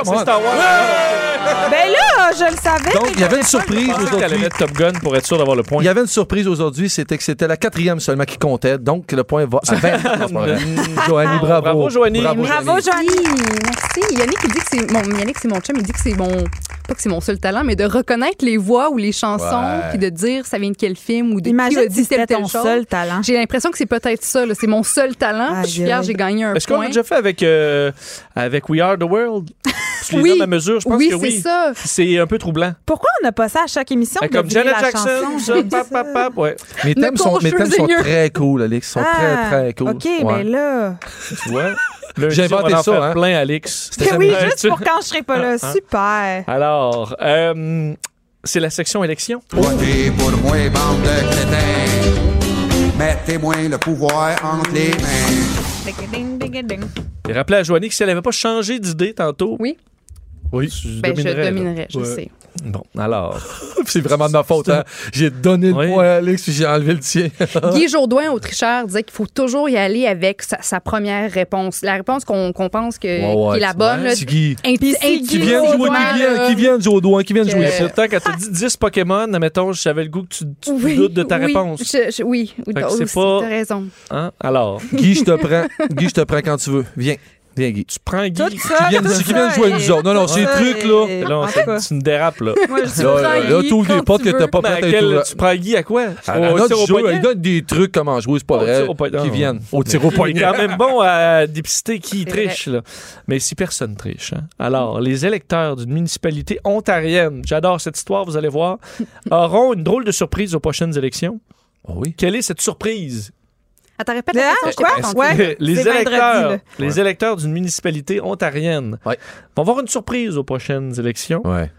Speaker 3: C'est
Speaker 5: on.
Speaker 3: Star Wars.
Speaker 4: Ben là, je le savais.
Speaker 5: Donc,
Speaker 4: mais
Speaker 5: il y avait une
Speaker 4: je savais pas.
Speaker 3: Je
Speaker 5: surprise
Speaker 3: pensais que t'allais
Speaker 5: aujourd'hui.
Speaker 3: mettre Top Gun pour être sûr d'avoir le point.
Speaker 5: Il y avait une surprise aujourd'hui, c'était que c'était la quatrième seulement qui comptait, donc le point va à 20. Non, c'est pas vrai. Joanie, Mm. bravo.
Speaker 3: Bravo, Joanie.
Speaker 4: Bravo, Joanie.
Speaker 6: Merci, merci. Yannick, il dit que c'est mon, Yannick, c'est mon chum, il dit que c'est mon, pas que c'est mon seul talent, mais de reconnaître les voix ou les chansons,
Speaker 5: Ouais.
Speaker 6: puis de dire ça vient de quel film ou de qui a
Speaker 4: Imagine
Speaker 6: dit
Speaker 4: si
Speaker 6: telle
Speaker 4: c'était
Speaker 6: telle
Speaker 4: ton
Speaker 6: chose.
Speaker 4: seul talent.
Speaker 6: J'ai l'impression que c'est peut-être ça, là. c'est mon seul talent. puis je suis
Speaker 4: Aïe,
Speaker 6: fière,
Speaker 4: aïe.
Speaker 6: j'ai gagné un
Speaker 3: Est-ce qu'on
Speaker 6: point.
Speaker 3: l'a déjà fait avec, euh, avec We Are the World? Parce que les
Speaker 6: Oui.
Speaker 3: hommes à mesure, je pense
Speaker 6: oui,
Speaker 3: que
Speaker 6: c'est
Speaker 3: oui.
Speaker 6: ça.
Speaker 3: C'est un peu troublant.
Speaker 4: Pourquoi on n'a pas ça à chaque émission?
Speaker 3: Ben, Comme
Speaker 4: deviner
Speaker 3: Janet
Speaker 4: la
Speaker 3: Jackson,
Speaker 4: chanson?
Speaker 3: ça, pap, pap, pap, ouais.
Speaker 5: Mes thèmes, sont, mes thèmes sont
Speaker 6: Schwarzenegger.
Speaker 5: très cool, Alex. Ils sont
Speaker 4: Ah,
Speaker 5: très, très cool.
Speaker 4: OK,
Speaker 5: Ouais.
Speaker 6: ben
Speaker 4: mais là.
Speaker 3: Tu vois? Lundi,
Speaker 5: J'ai inventé
Speaker 3: on va en
Speaker 5: ça,
Speaker 3: faire
Speaker 5: hein.
Speaker 3: plein, Alex.
Speaker 5: C'était
Speaker 4: Ben
Speaker 5: Ah,
Speaker 4: oui,
Speaker 5: jamais-
Speaker 4: juste pour quand je serai pas là. Super.
Speaker 3: Alors, euh, c'est la section élection.
Speaker 10: Votez pour moi, bande de crétins. Mettez-moi le pouvoir entre les mains.
Speaker 3: Et rappelez à Joanie que si elle n'avait pas changé d'idée tantôt.
Speaker 6: Oui.
Speaker 3: Oui, tu
Speaker 6: Ben,
Speaker 3: dominerais,
Speaker 6: je
Speaker 3: là.
Speaker 6: dominerais, je
Speaker 3: Ouais.
Speaker 6: sais.
Speaker 3: Bon, alors.
Speaker 5: C'est vraiment de ma faute. hein. J'ai donné le
Speaker 3: Oui.
Speaker 5: point à Alex puis j'ai enlevé le tien.
Speaker 3: Ah.
Speaker 6: Guy Jourdouin, au tricheur, disait qu'il faut toujours y aller avec sa, sa première réponse. La réponse qu'on qu'on pense que, qui est la bonne. là.
Speaker 5: C'est Guy.
Speaker 6: Un petit- un
Speaker 4: Guy
Speaker 6: petit
Speaker 5: Qui vient de jouer,
Speaker 6: Jourdouin,
Speaker 5: qui vient,
Speaker 6: là.
Speaker 5: qui vient de jouer au doigt, qui vient de
Speaker 6: Que-
Speaker 5: jouer.
Speaker 3: C'est le temps quand tu dis 10 Pokémon, admettons, j'avais le goût que tu, tu doutes de ta
Speaker 6: oui,
Speaker 3: réponse.
Speaker 6: je- je- oui, oui,
Speaker 3: que c'est
Speaker 6: aussi,
Speaker 3: pas-
Speaker 6: t'as raison.
Speaker 3: Hein? Alors,
Speaker 5: Guy, je te prends. Guy, je te prends quand tu veux. Viens. Viens, Guy.
Speaker 3: tu prends Guy.
Speaker 4: Tout ça.
Speaker 6: Ah,
Speaker 5: Qui viennent-
Speaker 4: tout
Speaker 5: qui
Speaker 4: ça,
Speaker 5: viennent jouer avec
Speaker 4: et-
Speaker 5: nous autres. Non, non,
Speaker 4: tout
Speaker 5: ces
Speaker 4: ça,
Speaker 5: trucs-là.
Speaker 4: et-
Speaker 3: Et Là, on
Speaker 4: en
Speaker 3: sait
Speaker 4: tout cas,
Speaker 3: que tu me dérapes, là.
Speaker 4: moi, je-
Speaker 5: Là,
Speaker 6: prends
Speaker 5: là, là,
Speaker 6: Guy
Speaker 5: t'ouvres des
Speaker 6: quand
Speaker 5: portes
Speaker 6: tu
Speaker 5: que t'as
Speaker 6: veux.
Speaker 5: pas
Speaker 3: Mais à
Speaker 5: prêtes à
Speaker 3: quel-
Speaker 5: t'ouvrir.
Speaker 3: tu prends Guy à quoi?
Speaker 5: Ah, là,
Speaker 3: tir
Speaker 5: tu
Speaker 3: au
Speaker 5: joues,
Speaker 3: poignet?
Speaker 5: Il donne des trucs comment jouer, c'est
Speaker 3: Au
Speaker 5: pas vrai.
Speaker 3: tir au poignet.
Speaker 5: Qui
Speaker 3: Ah,
Speaker 5: viennent au tir au
Speaker 3: Il est
Speaker 5: poignet.
Speaker 3: quand même bon à dépister qui
Speaker 6: C'est vrai.
Speaker 3: triche. Là. Mais si personne triche. hein. Alors, les électeurs d'une municipalité ontarienne, j'adore cette histoire, vous allez voir, auront une drôle de surprise aux prochaines élections.
Speaker 5: Ah oui.
Speaker 3: Quelle est cette surprise?
Speaker 6: Attends, répète
Speaker 4: Là,
Speaker 5: Ah,
Speaker 6: la question, je t'ai
Speaker 4: quoi?
Speaker 6: pas entendu.
Speaker 4: Hein? Ouais.
Speaker 3: les
Speaker 4: c'est vendredi,
Speaker 3: électeurs,
Speaker 4: là.
Speaker 3: les électeurs d'une municipalité ontarienne
Speaker 5: Ouais.
Speaker 3: vont avoir une surprise aux prochaines élections.
Speaker 5: Ouais.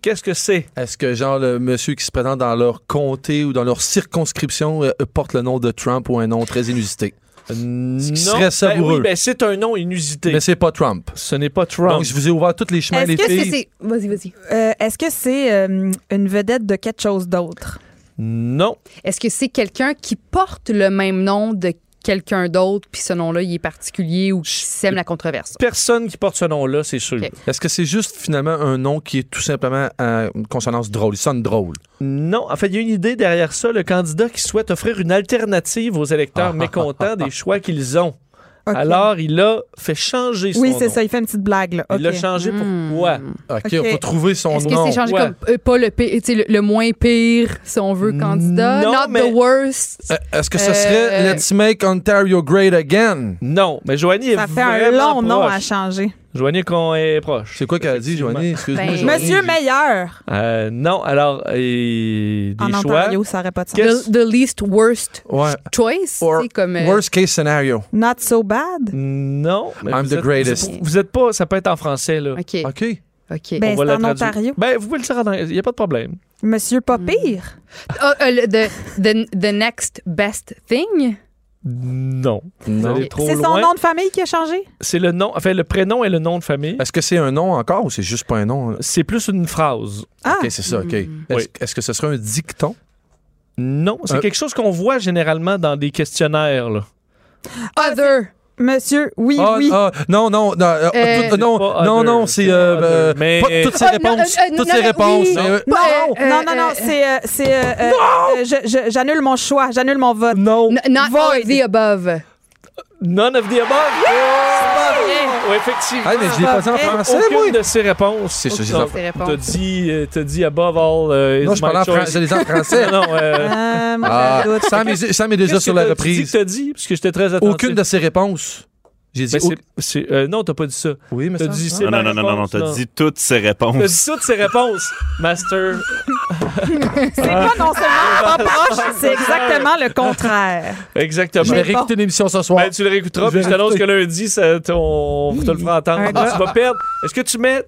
Speaker 3: Qu'est-ce que c'est?
Speaker 5: Est-ce que, genre, le monsieur qui se présente dans leur comté ou dans leur circonscription euh, porte le nom de Trump ou un nom très inusité? Ce
Speaker 3: Euh, Non,
Speaker 5: qui serait
Speaker 3: ben oui,
Speaker 5: savoureux.
Speaker 3: ben c'est un nom inusité.
Speaker 5: Mais c'est pas Trump.
Speaker 3: Ce n'est pas
Speaker 5: Donc,
Speaker 3: Trump.
Speaker 5: je vous ai ouvert tous les chemins,
Speaker 4: Est-ce
Speaker 5: les
Speaker 4: que
Speaker 6: Qu'est-ce que
Speaker 5: filles.
Speaker 6: c'est? Vas-y, vas-y.
Speaker 4: Euh, Est-ce que c'est euh, une vedette de quelque chose d'autre?
Speaker 3: Non.
Speaker 6: Est-ce que c'est quelqu'un qui porte le même nom de quelqu'un d'autre, puis ce nom-là, il est particulier ou qui sème la controverse?
Speaker 3: Personne qui porte ce nom-là, c'est sûr.
Speaker 6: Ok.
Speaker 5: Est-ce que c'est juste, finalement, un nom qui est tout simplement euh, une consonance drôle? Il sonne drôle.
Speaker 3: Non. En fait, il y a une idée derrière ça. Le candidat qui souhaite offrir une alternative aux
Speaker 5: Ah.
Speaker 3: électeurs mécontents des choix qu'ils ont.
Speaker 4: Ok.
Speaker 3: Alors, il a fait changer son
Speaker 4: oui, c'est
Speaker 3: nom.
Speaker 4: ça. Il fait une petite blague. Là.
Speaker 3: Il l'a
Speaker 4: Ok.
Speaker 3: changé
Speaker 6: Hmm.
Speaker 3: pour quoi?
Speaker 5: OK,
Speaker 4: Ok.
Speaker 5: faut trouver son
Speaker 3: Oh
Speaker 6: Est-ce que
Speaker 5: nom.
Speaker 6: c'est changé
Speaker 3: ouais.
Speaker 6: comme euh, pas le, pire, tu sais, le, le moins pire, si on veut, candidat?
Speaker 3: Non,
Speaker 6: Not
Speaker 3: mais-
Speaker 6: the worst.
Speaker 5: Euh, Est-ce que ce
Speaker 6: Euh,
Speaker 5: serait Let's Make Ontario Great Again?
Speaker 3: Non, mais Joanie est
Speaker 4: Ça fait un
Speaker 3: vraiment
Speaker 4: long nom à
Speaker 3: proche.
Speaker 4: changer.
Speaker 3: Joanie qu'on est proche.
Speaker 5: C'est quoi qu'elle a dit, Joanie? Excuse-moi.
Speaker 6: Ben,
Speaker 5: Joanie.
Speaker 4: Monsieur Meilleur.
Speaker 3: Euh, non, alors, et des
Speaker 4: En
Speaker 3: choix.
Speaker 4: Ontario, ça n'aurait pas de sens.
Speaker 6: The, the least worst
Speaker 5: Ouais.
Speaker 6: choice.
Speaker 5: Or
Speaker 6: c'est comme, euh,
Speaker 5: worst case scenario.
Speaker 4: Not so bad.
Speaker 3: Non. mais
Speaker 5: I'm
Speaker 3: vous
Speaker 5: the
Speaker 3: êtes-
Speaker 5: greatest.
Speaker 3: Vous êtes, vous êtes pas, ça peut être en français, là.
Speaker 6: OK. OK.
Speaker 3: va
Speaker 4: Ben,
Speaker 5: OK.
Speaker 4: c'est
Speaker 3: la
Speaker 4: en
Speaker 3: traduire.
Speaker 4: Ontario.
Speaker 3: Ben, vous pouvez le dire en anglais, il n'y a pas de problème.
Speaker 4: Monsieur
Speaker 5: Hmm.
Speaker 4: pas pire.
Speaker 6: Ah, euh, le- the, the, the next best thing?
Speaker 3: Non. Vous
Speaker 5: Non.
Speaker 3: allez trop
Speaker 4: C'est son
Speaker 3: loin.
Speaker 4: nom de famille qui a changé?
Speaker 3: C'est le nom, enfin, le prénom et le nom de famille.
Speaker 5: Est-ce que c'est un nom encore ou c'est juste pas un nom?
Speaker 3: C'est plus une phrase.
Speaker 4: Ah,
Speaker 5: OK, c'est ça, OK. Est-ce
Speaker 3: Oui.
Speaker 5: est-ce que ce serait un dicton?
Speaker 3: Non, c'est
Speaker 5: Euh.
Speaker 3: quelque chose qu'on voit généralement dans des questionnaires. Là.
Speaker 6: Other.
Speaker 4: monsieur, oui,
Speaker 5: Ah,
Speaker 4: oui.
Speaker 5: ah, non, non, non, euh,
Speaker 6: Euh,
Speaker 5: tout- non,
Speaker 3: C'est pas
Speaker 5: non,
Speaker 3: other,
Speaker 5: non,
Speaker 3: c'est
Speaker 5: c'est...
Speaker 3: pas
Speaker 5: euh,
Speaker 3: other,
Speaker 5: euh,
Speaker 3: mais-
Speaker 5: pas- toutes ces
Speaker 6: Ah, non,
Speaker 5: réponses.
Speaker 6: euh, euh, non,
Speaker 5: toutes ces
Speaker 6: non,
Speaker 5: réponses.
Speaker 6: oui.
Speaker 5: mais, euh,
Speaker 4: Non,
Speaker 6: Euh, euh,
Speaker 4: non, non, non,
Speaker 6: euh,
Speaker 4: c'est. euh, c'est euh, euh, euh, je- je- J'annule mon choix, j'annule mon vote.
Speaker 3: Non.
Speaker 6: N- Not all of the above.
Speaker 3: None of the above. Oui, effectivement.
Speaker 5: Ah, mais je l'ai pas dit en
Speaker 4: Ah,
Speaker 5: français,
Speaker 3: Aucune
Speaker 5: moi.
Speaker 3: de ces réponses.
Speaker 5: C'est ça,
Speaker 3: Aucune
Speaker 5: j'ai dit en
Speaker 3: de-
Speaker 6: français.
Speaker 3: T'as dit, euh, t'as dit above all euh, is
Speaker 5: Non,
Speaker 3: my
Speaker 5: je parlais en
Speaker 3: choice.
Speaker 5: français. Je les ai en français.
Speaker 3: Non, non, euh,
Speaker 4: Euh, moi,
Speaker 5: Ah,
Speaker 4: j'avais d'autres.
Speaker 5: Sam est- Sam est
Speaker 3: qu'est-ce
Speaker 5: déjà
Speaker 3: que
Speaker 5: sur la
Speaker 3: t'as- tu dis que
Speaker 5: reprise.
Speaker 3: t'as dit, parce que j'étais très attentif.
Speaker 5: Aucune de ces réponses. J'ai dit...
Speaker 3: Mais c'est- c'est- euh, non, t'as pas dit ça.
Speaker 5: au- Oui, mais
Speaker 3: T'as
Speaker 5: ça-
Speaker 3: dit c'est
Speaker 7: Non,
Speaker 3: ma
Speaker 7: non, non, non, non, non,
Speaker 3: réponse,
Speaker 7: t'as dit toutes ces
Speaker 3: T'as dit
Speaker 7: réponses.
Speaker 3: toutes ces réponses, Master.
Speaker 4: C'est pas non seulement pas
Speaker 3: Ah,
Speaker 4: proche, c'est exactement le contraire.
Speaker 5: Je
Speaker 3: Exactement.
Speaker 4: bon.
Speaker 5: vais réécouter l'émission ce soir.
Speaker 3: Ben, tu le réécouteras,
Speaker 5: Je vais
Speaker 3: puis je t'annonce que
Speaker 5: réécouter.
Speaker 3: lundi, ça, t- on te le fera entendre.
Speaker 4: Oui.
Speaker 3: Tu vas perdre. Est-ce que tu mets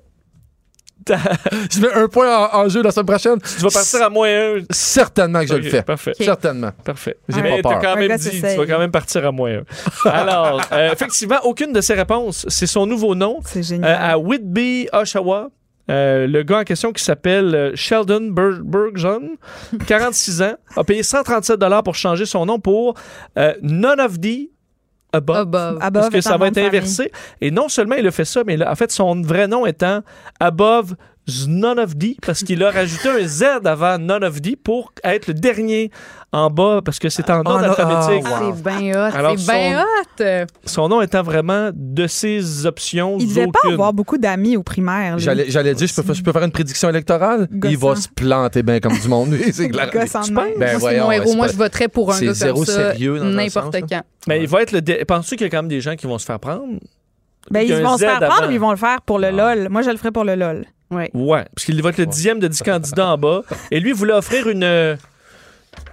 Speaker 5: Je mets un point en, en jeu la semaine prochaine.
Speaker 3: Tu vas partir à moins 1.
Speaker 5: Certainement que je
Speaker 3: Ok,
Speaker 5: le fais.
Speaker 3: parfait.
Speaker 6: Ok.
Speaker 5: Certainement.
Speaker 3: Parfait.
Speaker 5: J'ai
Speaker 3: Mais t'as
Speaker 5: pas peur.
Speaker 3: quand
Speaker 4: Un
Speaker 3: même
Speaker 4: gars
Speaker 3: dit, tu
Speaker 4: s'essaye.
Speaker 3: vas quand même partir à moins un. Alors, euh, effectivement, aucune de ces réponses, c'est son nouveau nom.
Speaker 4: C'est
Speaker 3: Euh,
Speaker 4: génial.
Speaker 3: à Whitby, Oshawa. euh, le gars en question qui s'appelle euh, Sheldon Ber- Bergson, 46 ans, a payé 137 pour changer son nom pour euh, None of the Above.
Speaker 6: Above.
Speaker 3: Parce
Speaker 4: Above
Speaker 3: que
Speaker 4: est un
Speaker 3: ça va
Speaker 4: nom
Speaker 3: être
Speaker 4: de famille.
Speaker 3: inversé. Et non seulement il a fait ça, mais là, en fait, son vrai nom étant Above None of D, parce qu'il a rajouté un Z avant None of D pour être le dernier en bas, parce que c'est en
Speaker 5: Ah,
Speaker 3: ordre
Speaker 5: non, ah,
Speaker 3: alphabétique.
Speaker 5: wow.
Speaker 6: C'est bien hot,
Speaker 3: Alors,
Speaker 6: c'est bien
Speaker 3: son-
Speaker 6: hot.
Speaker 3: Son nom étant vraiment de ses options.
Speaker 4: Il devait pas
Speaker 3: aucune.
Speaker 4: avoir beaucoup d'amis au primaire. lui.
Speaker 5: J'allais j'allais dire, je peux, fa- je peux faire une prédiction électorale. Il
Speaker 4: Gossant.
Speaker 5: va se planter bien comme du monde. lui, c'est clair.
Speaker 4: Gosse en main.
Speaker 5: Ben
Speaker 6: moi, c'est
Speaker 5: voyons,
Speaker 6: mon
Speaker 5: ouais,
Speaker 6: héros.
Speaker 5: c'est
Speaker 6: Moi,
Speaker 5: pas-
Speaker 6: je voterais pour un
Speaker 5: c'est
Speaker 6: gars
Speaker 5: zéro
Speaker 6: comme ça,
Speaker 5: sérieux dans un
Speaker 6: n'importe
Speaker 5: sens,
Speaker 6: quand.
Speaker 3: Mais il va être le. dé- Penses-tu qu'il y a quand même des gens qui vont se faire prendre?
Speaker 4: Ben,
Speaker 3: Il y a
Speaker 4: ils
Speaker 3: un
Speaker 4: vont se
Speaker 3: Z
Speaker 4: faire prendre
Speaker 3: avant. Ah.
Speaker 4: ou ils vont le faire pour le LOL. Moi, je le ferai pour le LOL.
Speaker 6: Ouais.
Speaker 3: Ouais, parce qu'il va être le dixième de dix candidats en bas. Et lui, il voulait offrir une, euh,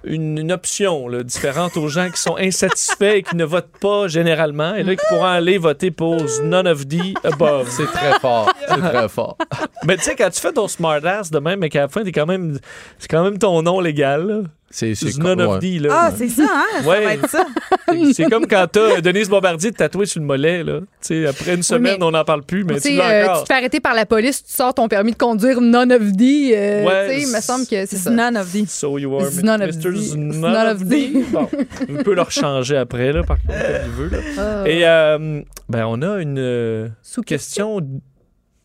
Speaker 3: une, une option là, différente aux gens qui sont insatisfaits et qui ne votent pas généralement. Et là, qui pourront aller voter pour None of the Above.
Speaker 5: C'est très fort. C'est très fort.
Speaker 3: Mais tu sais, quand tu fais ton smartass de même, mais qu'à la fin, t'es quand même, c'est quand même ton nom légal. là.
Speaker 5: C'est
Speaker 3: C'est
Speaker 5: c'est-
Speaker 3: None of
Speaker 5: ouais.
Speaker 3: the, là.
Speaker 4: Ah, c'est ça, hein? Ça
Speaker 3: Ouais.
Speaker 4: va être ça.
Speaker 3: C'est- C'est comme quand t'as Denise Bombardier tatoué sur le mollet, là. Tu sais, après une semaine,
Speaker 6: mais-
Speaker 3: on n'en parle plus, mais
Speaker 6: Tu sais,
Speaker 3: tu l'as
Speaker 6: euh,
Speaker 3: encore.
Speaker 6: tu te fais arrêter par la police, tu sors ton permis de conduire non of D. euh,
Speaker 3: Ouais,
Speaker 6: tu sais, il me
Speaker 3: c'est-
Speaker 6: semble que c'est ça.
Speaker 4: None of these.
Speaker 3: So you are
Speaker 6: None of
Speaker 3: Mr.
Speaker 6: these.
Speaker 3: None
Speaker 6: None
Speaker 3: of
Speaker 6: of
Speaker 3: these.
Speaker 6: these.
Speaker 3: Bon, on peut leur changer après, là, par contre, comme il veut. là.
Speaker 6: Ah.
Speaker 3: Et euh, ben, on a une euh,
Speaker 6: Sous-
Speaker 3: question,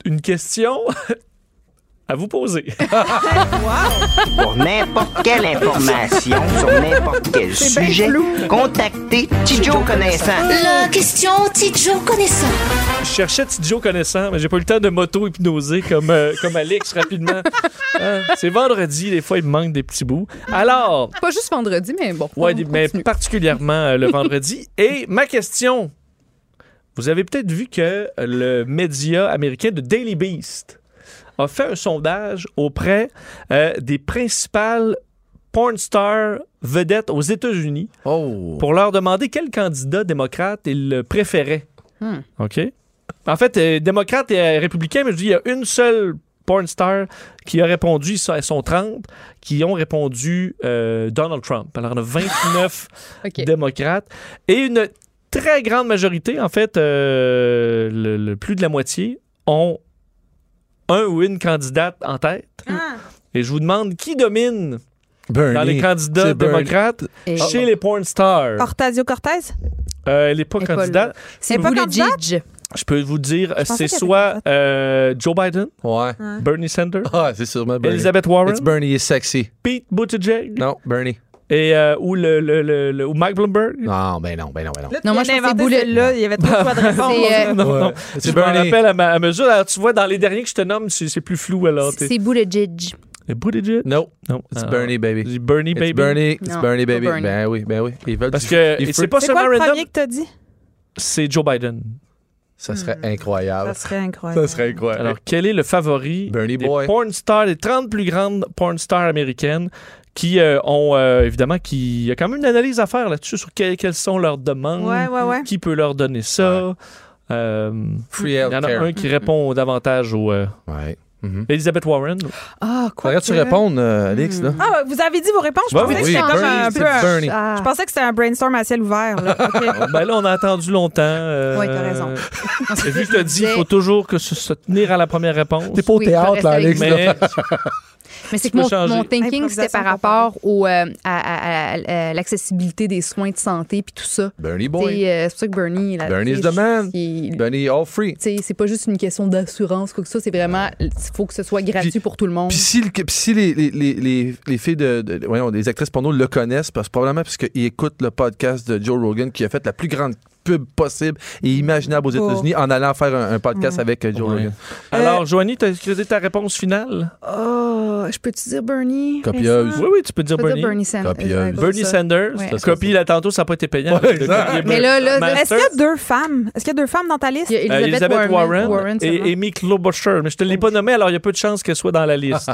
Speaker 3: une question à vous poser.
Speaker 11: Pour n'importe quelle information sur n'importe quel sujet, contactez Tidjo Connaissant.
Speaker 1: La question Tidjo connaissant.
Speaker 3: Je cherchais Tidjo connaissant, mais j'ai pas eu le temps de m'auto-hypnoser comme, euh, comme Alex rapidement. Hein, C'est vendredi, des fois, il me manque des petits bouts. Alors,
Speaker 6: Pas juste vendredi, mais bon.
Speaker 3: Ouais,
Speaker 6: Ah, on
Speaker 3: des- mais
Speaker 6: continue.
Speaker 3: particulièrement euh, le vendredi. Et ma question, vous avez peut-être vu que le média américain de Daily Beast a fait un sondage auprès euh, des principales porn stars vedettes aux États-Unis
Speaker 5: Oh.
Speaker 3: pour leur demander quel candidat démocrate ils préféraient.
Speaker 6: Hmm.
Speaker 3: OK? En fait, euh, démocrate et euh, républicain, mais je dis, il y a une seule porn star qui a répondu, ils sont 30, qui ont répondu euh, Donald Trump. Alors, on a 29
Speaker 6: OK.
Speaker 3: démocrates et une très grande majorité, en fait, euh, le, le plus de la moitié, ont un ou une candidate en tête.
Speaker 4: Ah.
Speaker 3: Et je vous demande qui domine dans les
Speaker 5: Bernie.
Speaker 3: candidats
Speaker 5: C'est Bernie.
Speaker 3: démocrates
Speaker 6: Et- oh.
Speaker 3: chez les porn stars.
Speaker 4: Hortasio Cortez?
Speaker 3: Euh, elle n'est pas
Speaker 6: Elle est pas
Speaker 3: candidate.
Speaker 6: là. C'est
Speaker 4: pas
Speaker 6: vous le
Speaker 4: candidate?
Speaker 6: Gigi.
Speaker 3: Je peux vous dire,
Speaker 4: pensais
Speaker 3: c'est
Speaker 4: qu'elle était
Speaker 3: soit
Speaker 4: candidate.
Speaker 3: euh, Joe Biden,
Speaker 5: Ouais.
Speaker 3: Bernie Sanders,
Speaker 5: Ah, c'est sûrement Bernie.
Speaker 3: Elizabeth Warren,
Speaker 5: It's Bernie, il est sexy.
Speaker 3: Pete Buttigieg
Speaker 5: Non, Bernie.
Speaker 3: et euh, ou le, le- le- le- ou Mike Bloomberg.
Speaker 5: Non, ben non, ben non, ben non.
Speaker 4: Non, moi, je pensais boulet. Là, il y avait trop de choix de
Speaker 6: C'est, euh,
Speaker 4: réponse.
Speaker 3: Non,
Speaker 5: Ouais.
Speaker 3: non.
Speaker 5: C'est
Speaker 3: Je me
Speaker 5: Bernie.
Speaker 3: rappelle à, ma- à mesure. Alors, tu vois, dans les derniers que je te nomme, c'est c'est plus flou alors. t'es-
Speaker 6: C'est Buttigieg.
Speaker 3: Et Buttigieg?
Speaker 5: No,
Speaker 3: Non.
Speaker 5: it's
Speaker 3: Ah.
Speaker 5: Bernie, baby.
Speaker 3: C'est Bernie,
Speaker 5: It's
Speaker 3: baby.
Speaker 5: Bernie, it's
Speaker 6: Non,
Speaker 5: Bernie,
Speaker 6: pas
Speaker 5: baby.
Speaker 6: Bernie.
Speaker 5: Ben oui, ben oui. Ils veulent
Speaker 3: Parce
Speaker 5: du-
Speaker 3: que
Speaker 5: il
Speaker 3: et
Speaker 5: faut-
Speaker 3: c'est pas
Speaker 4: C'est
Speaker 3: seulement
Speaker 4: quoi le
Speaker 3: random,
Speaker 4: premier que t'as dit?
Speaker 3: c'est Joe Biden.
Speaker 5: Ça serait incroyable.
Speaker 4: Ça serait incroyable.
Speaker 5: Ça serait incroyable.
Speaker 3: Alors, quel est le favori
Speaker 5: Bernie
Speaker 3: des
Speaker 5: boy.
Speaker 3: porn stars, des 30 plus grandes porn stars américaines qui euh, ont, euh, évidemment, qui... il y a quand même une analyse à faire là-dessus sur que- quelles sont leurs demandes,
Speaker 4: Ouais, ouais, ouais.
Speaker 3: qui peut leur donner ça. Euh,
Speaker 5: Free
Speaker 3: il y en a
Speaker 5: healthcare.
Speaker 3: un qui répond davantage au... euh,
Speaker 5: Ouais. Mhm.
Speaker 3: Elizabeth Warren.
Speaker 6: Ah, quoi.
Speaker 5: Faudrait que tu répondes, euh, Alex, là.
Speaker 4: Ah, vous avez dit vos réponses? Je
Speaker 3: Ouais,
Speaker 4: pensais
Speaker 3: oui,
Speaker 4: que c'était
Speaker 5: oui,
Speaker 4: comme
Speaker 5: Bernie,
Speaker 4: un
Speaker 5: c'est
Speaker 4: peu un-
Speaker 5: Bernie.
Speaker 6: Ah.
Speaker 4: Je pensais que c'était un brainstorm à ciel ouvert. là. OK.
Speaker 3: Ben là, on a attendu longtemps. euh,
Speaker 6: Ouais, t'as raison.
Speaker 3: Et vu que je te dis, il faut toujours que se, se tenir à la première réponse.
Speaker 5: T'es pas au
Speaker 6: Oui, faut
Speaker 5: théâtre,
Speaker 6: rester
Speaker 5: là,
Speaker 6: avec
Speaker 5: Alex.
Speaker 6: moi.
Speaker 5: là.
Speaker 3: Mais
Speaker 6: Mais c'est
Speaker 3: Tu
Speaker 6: que
Speaker 3: peux
Speaker 6: mon,
Speaker 3: changer.
Speaker 6: mon thinking, c'était par
Speaker 4: Improvisation
Speaker 6: rapport au, euh, à, à- à- à l'accessibilité des soins de santé puis tout ça.
Speaker 5: Bernie
Speaker 6: Tu
Speaker 5: boy.
Speaker 6: sais, euh, c'est pour ça que Bernie... Là,
Speaker 5: Bernie's
Speaker 6: tu sais,
Speaker 5: the man.
Speaker 6: il-
Speaker 5: Bernie all free.
Speaker 6: tu sais, c'est pas juste une question d'assurance, quoi que ça, c'est vraiment, il faut que ce soit gratuit
Speaker 5: Puis-
Speaker 6: pour tout le monde.
Speaker 5: Puis si, le- puis si les, les, les, les, les filles de, de- voyons, les actrices porno le connaissent, parce probablement parce qu'ils écoutent le podcast de Joe Rogan qui a fait la plus grande pub possible et imaginable aux
Speaker 4: Oh.
Speaker 5: États-Unis en allant faire un, un podcast avec euh, Joe
Speaker 3: Ouais.
Speaker 5: Rogan.
Speaker 3: Alors, Joanie, t'as excusé ta réponse finale?
Speaker 6: Oh, je peux-tu dire Bernie?
Speaker 5: Copieuse.
Speaker 3: Oui, oui, tu peux dire
Speaker 6: Je Ah. peux
Speaker 3: Bernie.
Speaker 6: dire Bernie Sanders.
Speaker 5: Copieuse.
Speaker 6: Euh,
Speaker 3: Bernie
Speaker 6: ça.
Speaker 3: Sanders.
Speaker 6: Ouais.
Speaker 3: Copie, là, tantôt, ça n'a pas été payant.
Speaker 5: Ouais, exact.
Speaker 6: Mais là, là,
Speaker 4: Est-ce qu'il y a deux femmes? Est-ce qu'il y a deux femmes dans ta liste?
Speaker 6: Il y a
Speaker 3: Euh,
Speaker 6: Elizabeth,
Speaker 3: Elizabeth Warren,
Speaker 6: Warren, seulement.
Speaker 3: et Amy Klobuchar. Mais je te l'ai pas nommée, alors il y a peu de chances qu'elle soit dans la liste.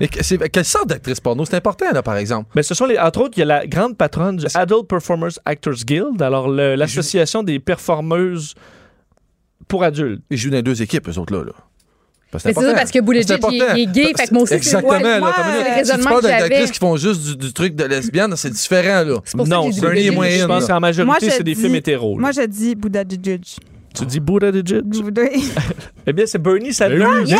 Speaker 5: Mais que- c'est- quelle sorte d'actrice porno? C'est important, là, par exemple.
Speaker 3: Mais Ben, ce sont les, entre autres, il y a la grande patronne du Adult Performers Actors Guild, alors le- l'association des performeuses pour adultes.
Speaker 5: Ils jouent dans les deux équipes, eux autres-là. Là. Parce
Speaker 6: Mais c'est ça,
Speaker 5: important.
Speaker 6: parce que Boule
Speaker 5: C'est
Speaker 6: il,
Speaker 5: important.
Speaker 6: il est gay, fait que moi aussi, c'est-
Speaker 5: Exactement.
Speaker 6: Ouais,
Speaker 5: là,
Speaker 6: moi,
Speaker 5: t'as
Speaker 6: c'est
Speaker 5: mis-
Speaker 6: le
Speaker 5: si tu
Speaker 6: raisonnement
Speaker 5: parles
Speaker 6: que
Speaker 5: d'actrices
Speaker 6: j'avais.
Speaker 5: qui font juste du, du truc de lesbienne, c'est différent. Là.
Speaker 3: pour ça Non, que j'ai dit Bernie est Bouddha moins Judge. in, Je pense là. qu'en majorité,
Speaker 4: Moi, je
Speaker 3: c'est des
Speaker 4: dis-
Speaker 3: films hétéros, là.
Speaker 4: Moi, je dis Bouddha Judge.
Speaker 3: Tu dis Buddha de Judge? eh bien, c'est Bernie Sanders.
Speaker 4: J'ai un